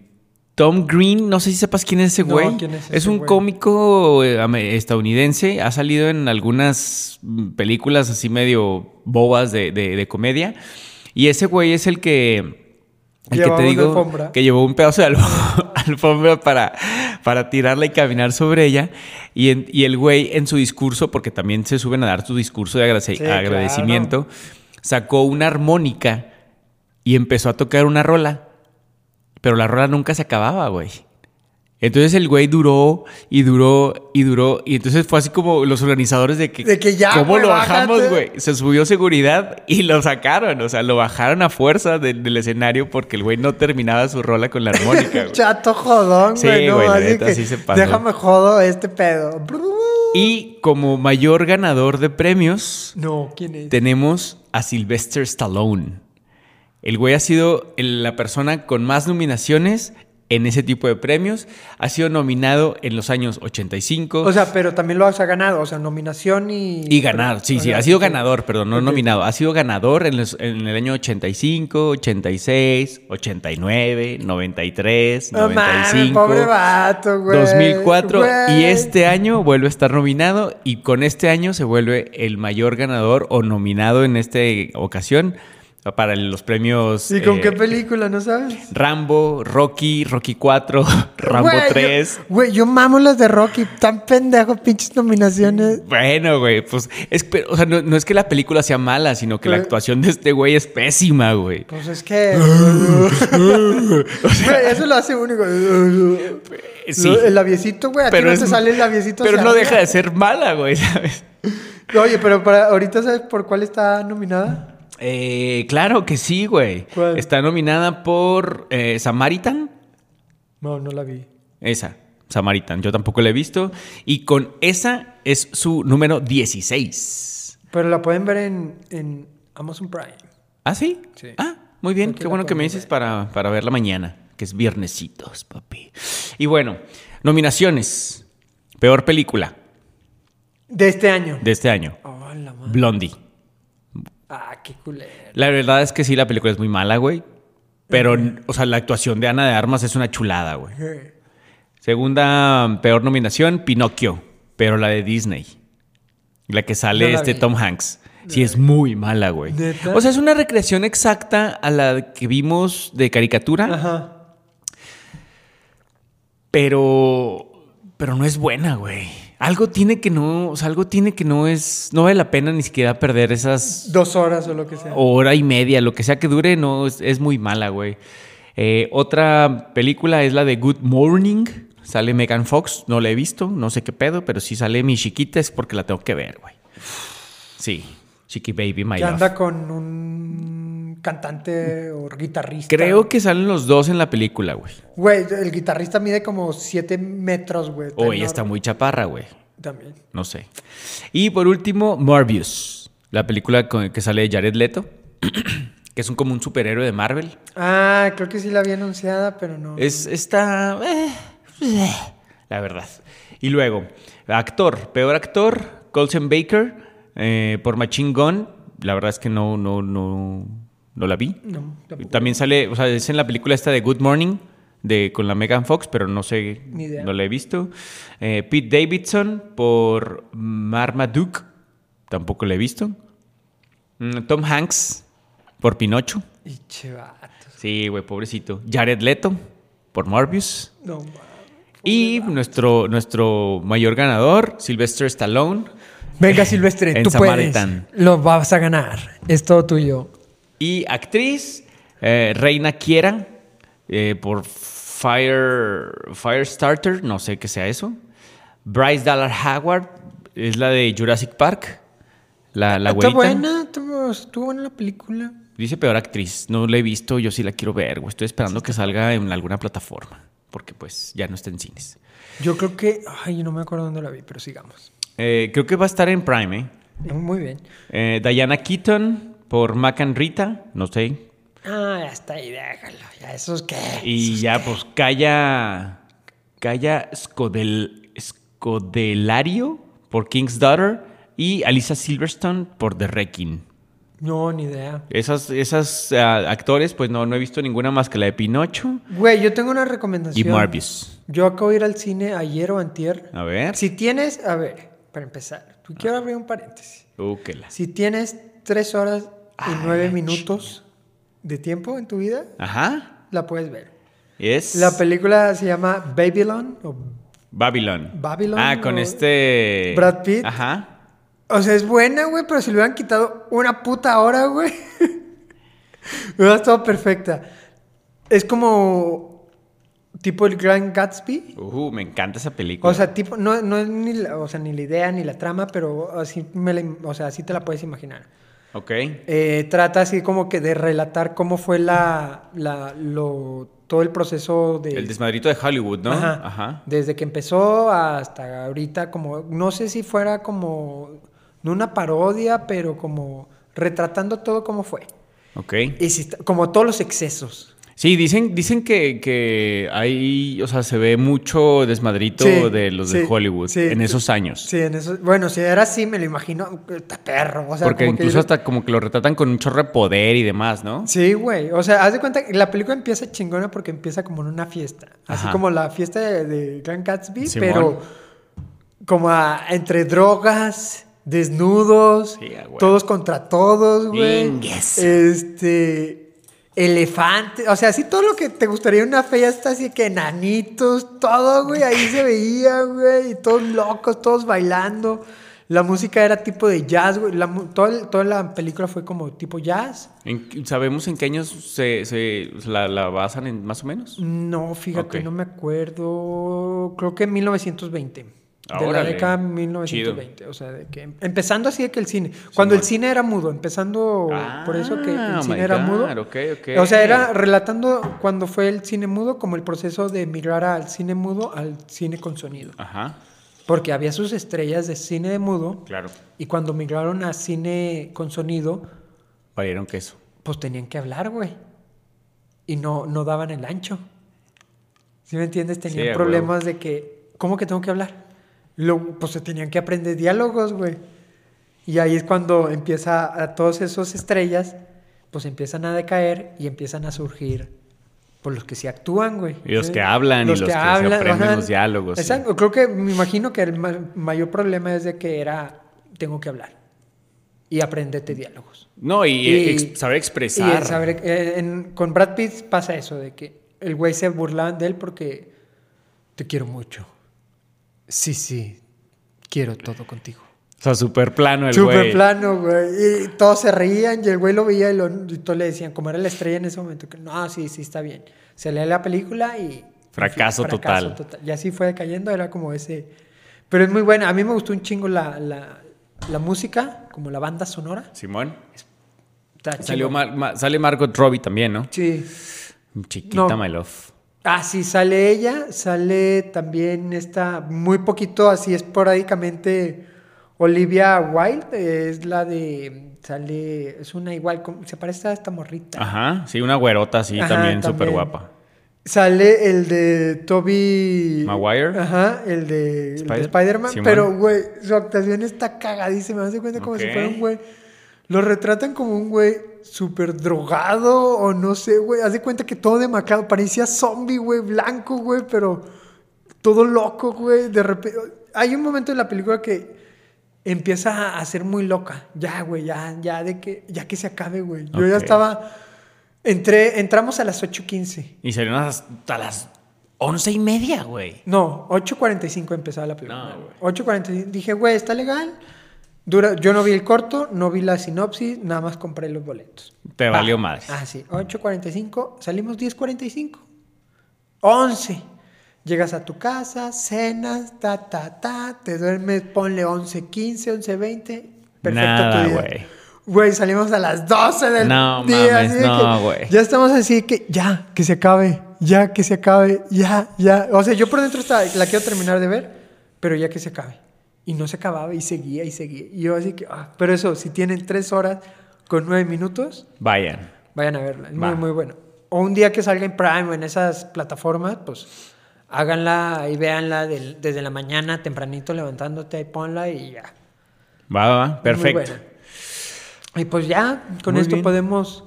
Tom Green, no sé si sepas quién es ese
No,
güey.
¿quién es
es
ese
un
güey?
cómico eh, ame- estadounidense, ha salido en algunas mm, películas así medio bobas de, de- de comedia. Y ese güey es el que... El que
Llevaba
te
una
digo
alfombra.
que llevó un pedazo de alfo- alfombra para, para tirarla y caminar sobre ella. Y, en- y el güey en su discurso, porque también se suben a dar su discurso de agrade-
Sí,
agradecimiento, sacó una armónica y empezó a tocar una rola. Pero la rola nunca se acababa, güey. Entonces el güey duró y duró y duró. Y entonces fue así como los organizadores de que.
De que ya,
¿Cómo
güey,
lo bajamos,
bájate?
güey? Se subió seguridad y lo sacaron. O sea, lo bajaron a fuerza del, del escenario porque el güey no terminaba su rola con la armónica, güey.
Chato jodón,
Sí,
güey, no,
güey, la
así
neta,
que
sí se pasó.
déjame jodo este pedo.
Y como mayor ganador de premios,
No, ¿quién es?
tenemos a Sylvester Stallone. El güey ha sido el- la persona con más nominaciones en ese tipo de premios. Ha sido nominado en los años 85.
O sea, pero también lo has ganado, o sea, nominación y...
Y ganar, sí,
O
sí,
sea,
ha sido
ok.
ganador, perdón, no
Ok.
nominado, ha sido ganador en, los- en el año 85, 86, 89, 93,
No mames,
95,
pobre vato, güey.
2004 y
Güey.
este año vuelve a estar nominado y con este año se vuelve el mayor ganador o nominado en esta ocasión para los premios
¿Y con
eh,
qué película, no sabes?
Rambo, Rocky, Rocky 4, Rambo
Güey, yo-
3.
Güey, yo mamo las de Rocky, tan pendejo, pinches nominaciones.
Bueno, güey, pues es, que- o sea, no, no es que la película sea mala, sino que la
Eh.
actuación de este güey es pésima, güey.
Pues es que. Güey, eso lo hace único.
pues Sí.
El labiecito, güey. Pero
Pero
no
es-
te sale el labiecito.
Pero
hacia
no
arriba.
deja de ser mala, güey, ¿sabes?
Oye, pero para ahorita, ¿sabes por cuál está nominada?
Eh, claro que sí, güey.
¿Cuál?
Está nominada por eh, Samaritan.
No, no la vi.
Esa, Samaritan. Yo tampoco la he visto. Y con esa es su número 16.
Pero la pueden ver en, en Amazon Prime.
¿Ah, sí?
Sí.
Ah, muy bien.
Aquí
Qué
la
bueno que me
podemos
dices
ver.
para, para verla mañana, que es viernesitos, papi. Y bueno, nominaciones. Peor película
De este año.
de este año.
Oh, la madre.
Blondie.
Ah, qué culero.
La verdad es que sí, la película es muy mala, güey. Pero, o sea, la actuación de Ana de Armas es una chulada, güey. Segunda mm, peor nominación, Pinocchio, pero la de Disney. La que sale
No la
este
vi.
Tom Hanks. Sí, es muy mala, güey.
¿Neta?
O sea, es una recreación exacta a la que vimos de caricatura.
Ajá.
Pero, pero no es buena, güey. Algo tiene que no, o sea, algo tiene que no es, no vale la pena ni siquiera perder esas
Dos horas o lo que sea.
hora y media, lo que sea que dure, no, es, es muy mala, güey. Eh, otra película es la de Good Morning. Sale Megan Fox, no la he visto, no sé qué pedo, pero si sale mi chiquita es porque la tengo que ver, güey. Sí, Chiqui Baby, my
que
love.
anda con un cantante o guitarrista.
Creo que salen los dos en la película, güey.
Güey, el guitarrista mide como 7 metros, güey.
O ella
enorme.
está muy chaparra, güey.
También.
No sé. Y por último, Morbius, la película con- que sale de Jared Leto, que es un, como un superhéroe de Marvel.
Ah, creo que sí la había anunciada, pero no.
Es, está... eh, eh, la verdad. Y luego, actor, peor actor, Colson Baker, eh, por Machine Gun. La verdad es que no, no, no, no la vi.
No, tampoco.
También sale, o sea, es en la película esta de Good Morning, de, con la Megan Fox, pero no sé,
Ni idea.
no la he visto. Eh, Pete Davidson por Marmaduke, tampoco la he visto. Mm, Tom Hanks por Pinocho,
Y che, vatos.
sí, güey, pobrecito. Jared Leto por Morbius.
No, ma.
Y nuestro, nuestro mayor ganador, Sylvester Stallone.
Venga, Silvestre,
En
tú puedes.
Samaritan.
Lo vas a ganar. Es todo tuyo.
Y actriz, eh, Reina Kiera, eh, por Fire, Firestarter, no sé qué sea eso. Bryce Dallas Howard, es la de Jurassic Park, la, la
Está
güerita.
buena, estuvo estuvo buena la película.
Dice peor actriz, no la he visto, yo sí la quiero ver, güey. estoy esperando que salga en alguna plataforma, porque pues ya no está en cines.
Yo creo que. Ay, no me acuerdo dónde la vi, pero sigamos.
Eh, creo que va a estar en Prime, ¿eh?
Muy bien.
Eh, Diana Keaton, por Mac and Rita, no sé,
Ah, ya está ahí, déjalo. Ya, eso es que.
Y ya, pues, Calla. Calla Scodel, Scodelario por King's Daughter y Alisa Silverstone por The Wrecking.
No, ni idea.
Esas, esas ah, actores, pues no, no he visto ninguna más que la de Pinocho
Güey, yo tengo una recomendación.
y Morbius. Ah.
Yo acabo de ir al cine ayer o antier.
A ver.
Si tienes, a ver, para empezar,
Ah.
tú quiero abrir un paréntesis.
Úquela.
Si tienes tres horas y
Ay,
nueve
Ah, la
minutos de tiempo en tu vida,
Ajá.
la puedes ver.
Es.
La película se llama Babylon. O,
Babylon.
Babylon
Ah, con
o-
este.
Brad Pitt.
Ajá.
o sea, es buena, güey, pero si le hubieran quitado una puta hora, güey, hubiera estado perfecta. Es como tipo el Gran Gatsby.
Uh, me encanta esa película.
O sea, tipo, no, no es ni la, o sea, ni la idea ni la trama, pero así, me la im- o sea, así te la puedes imaginar.
ok.
Eh, trata así como que de relatar cómo fue la, la- lo, todo el proceso de...
El desmadrito de Hollywood, ¿no?
Ajá.
Ajá.
Desde que empezó hasta ahorita, como, no sé si fuera como, no una parodia, pero como retratando todo cómo fue.
Ok.
Y si está- como todos los excesos.
Sí, dicen, dicen que, que hay, o sea, se ve mucho desmadrito
Sí,
de los
sí,
de Hollywood
sí.
en esos años.
Sí, en eso, bueno, si era así, me lo imagino, eh, está perro. O sea,
Porque
como que
incluso
yo-
hasta como que lo retratan con un chorro de poder y demás, ¿no?
Sí, güey. O sea, haz de cuenta que la película empieza chingona porque empieza como en una fiesta. Así
Ajá.
como la fiesta de, de Grand Gatsby,
Simón.
pero como a- entre drogas, desnudos,
Sí, ah, güey.
todos contra todos, güey.
Ingues.
Este. Elefante, o sea, así todo lo que te gustaría en una fiesta, así que enanitos, todo, güey, ahí se veía, güey, y todos locos, todos bailando. La música era tipo de jazz, güey, la mu- todo el- toda la película fue como tipo jazz.
En- ¿Sabemos en qué años se, se la, la basan en más o menos?
No, fíjate,
Ok.
no me acuerdo. Creo que en 1920.
Ah,
de la
órale.
década 1920. O sea, de que empezando así de que el cine. Cuando el
Simón.
cine era mudo, empezando
Ah,
por eso que el
my
cine era
God,
mudo.
ok, ok.
O sea, era relatando cuando fue el cine mudo como el proceso de migrar al cine mudo al cine con sonido.
Ajá,
Porque había sus estrellas de cine de mudo
claro.
y cuando migraron a cine con sonido,
Valieron queso.
pues tenían que hablar, güey. Y no, no daban el ancho. ¿Sí me entiendes? Tenían
Sí, a
problemas de que, ¿cómo que tengo que hablar? Lo, pues se tenían que aprender diálogos, güey. Y ahí es cuando empieza a todos esos estrellas, pues empiezan a decaer y empiezan a surgir por los que sí actúan, güey.
Y los
Sí.
que hablan y los que se aprenden los diálogos, sí.
Exacto. Creo que me imagino que el ma- mayor problema es de que era, tengo que hablar y aprendete diálogos
No, y, eh, e,
Y-
ex- saber
y
expresar.
el saber- eh, en- con Brad Pitt pasa eso, de que el güey se burlaban de él porque Te quiero mucho. Sí, sí. Quiero todo contigo.
O sea, súper plano el güey.
Súper plano, güey. Y todos se reían y el güey lo veía y, lo, y todos le decían, como era la estrella en ese momento, que no, sí, sí, está bien. Se lee la película y...
Fracaso total.
Y así fue cayendo, era como ese... Pero es muy buena. A mí me gustó un chingo la, la, la música, como la banda sonora.
Simón.
Está chido.
Salió Mar- Ma- sale Margot Robbie también, ¿no?
Sí.
Chiquita,
No.
my love.
Ah, sí, sale ella, sale también esta, muy poquito, así esporádicamente, Olivia Wilde, es la de, sale, es una igual, como- se parece a esta morrita.
Ajá, Ah, sí, una güerota así
Ajá,
también súper guapa.
Sale el de Toby
Maguire.
Ajá, el de el de
Spider-
Spider-Man.
Simón.
pero, güey, su actuación está cagadísima. Me hace cuenta como
Ok.
si fuera un güey. Lo retratan como un güey súper drogado o no sé, güey. Hace cuenta que todo demacrado. Parecía zombie, güey, blanco, güey, pero todo loco, güey. De repente. Hay un momento en la película que empieza a- a ser muy loca. Ya, güey, ya, ya, de que, ya que se acabe, güey. Yo ya
Ok.
estaba. Entré, entramos a las 8.15.
Y salieron hasta las once y media, güey.
No, 8.45 empezaba la película.
No, güey.
8.45. Dije, güey, está legal. Dura, yo no vi el corto, no vi la sinopsis, nada más compré los boletos.
Te
Va.
valió madre.
Ah, sí. 8.45, salimos 10.45. 11. Llegas a tu casa, cenas, ta, ta, ta, te duermes, ponle 11.15, 11.20. Perfecto
Nada,
tu día.
güey.
Güey, salimos a las 12 del
No
día.
mames,
así de
no,
que
güey.
Ya estamos así que ya, que se acabe, ya, que se acabe, ya, ya. O sea, yo por dentro estaba, la quiero terminar de ver, pero ya que se acabe. Y no se acababa y seguía y seguía. Y yo así que, ah, pero eso, si tienen tres horas con nueve minutos,
Vayan.
Vayan a verla, es
Va.
muy, muy bueno. O un día que salga en Prime o en esas plataformas, pues háganla y véanla del- desde la mañana, tempranito, levantándote, ponla y ya.
Va, va, va.
Es muy
Perfecto.
buena. Y pues ya, con
Muy
esto
bien.
podemos,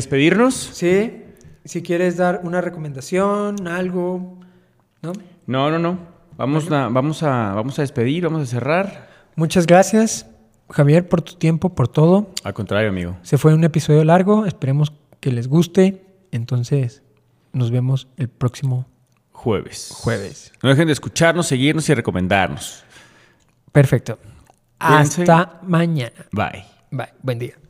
¿Despedirnos?
sí, si quieres dar una recomendación, algo, ¿no?
No, no, no. Vamos a, vamos a, vamos a despedir, vamos a cerrar.
Muchas gracias, Javier, por tu tiempo, por todo.
Al contrario, amigo.
Se fue un episodio largo, esperemos que les guste. Entonces, nos vemos el próximo
Jueves.
jueves.
No dejen de escucharnos, seguirnos y recomendarnos.
Perfecto.
Cuídense.
Hasta mañana.
Bye.
Bye. Buen día.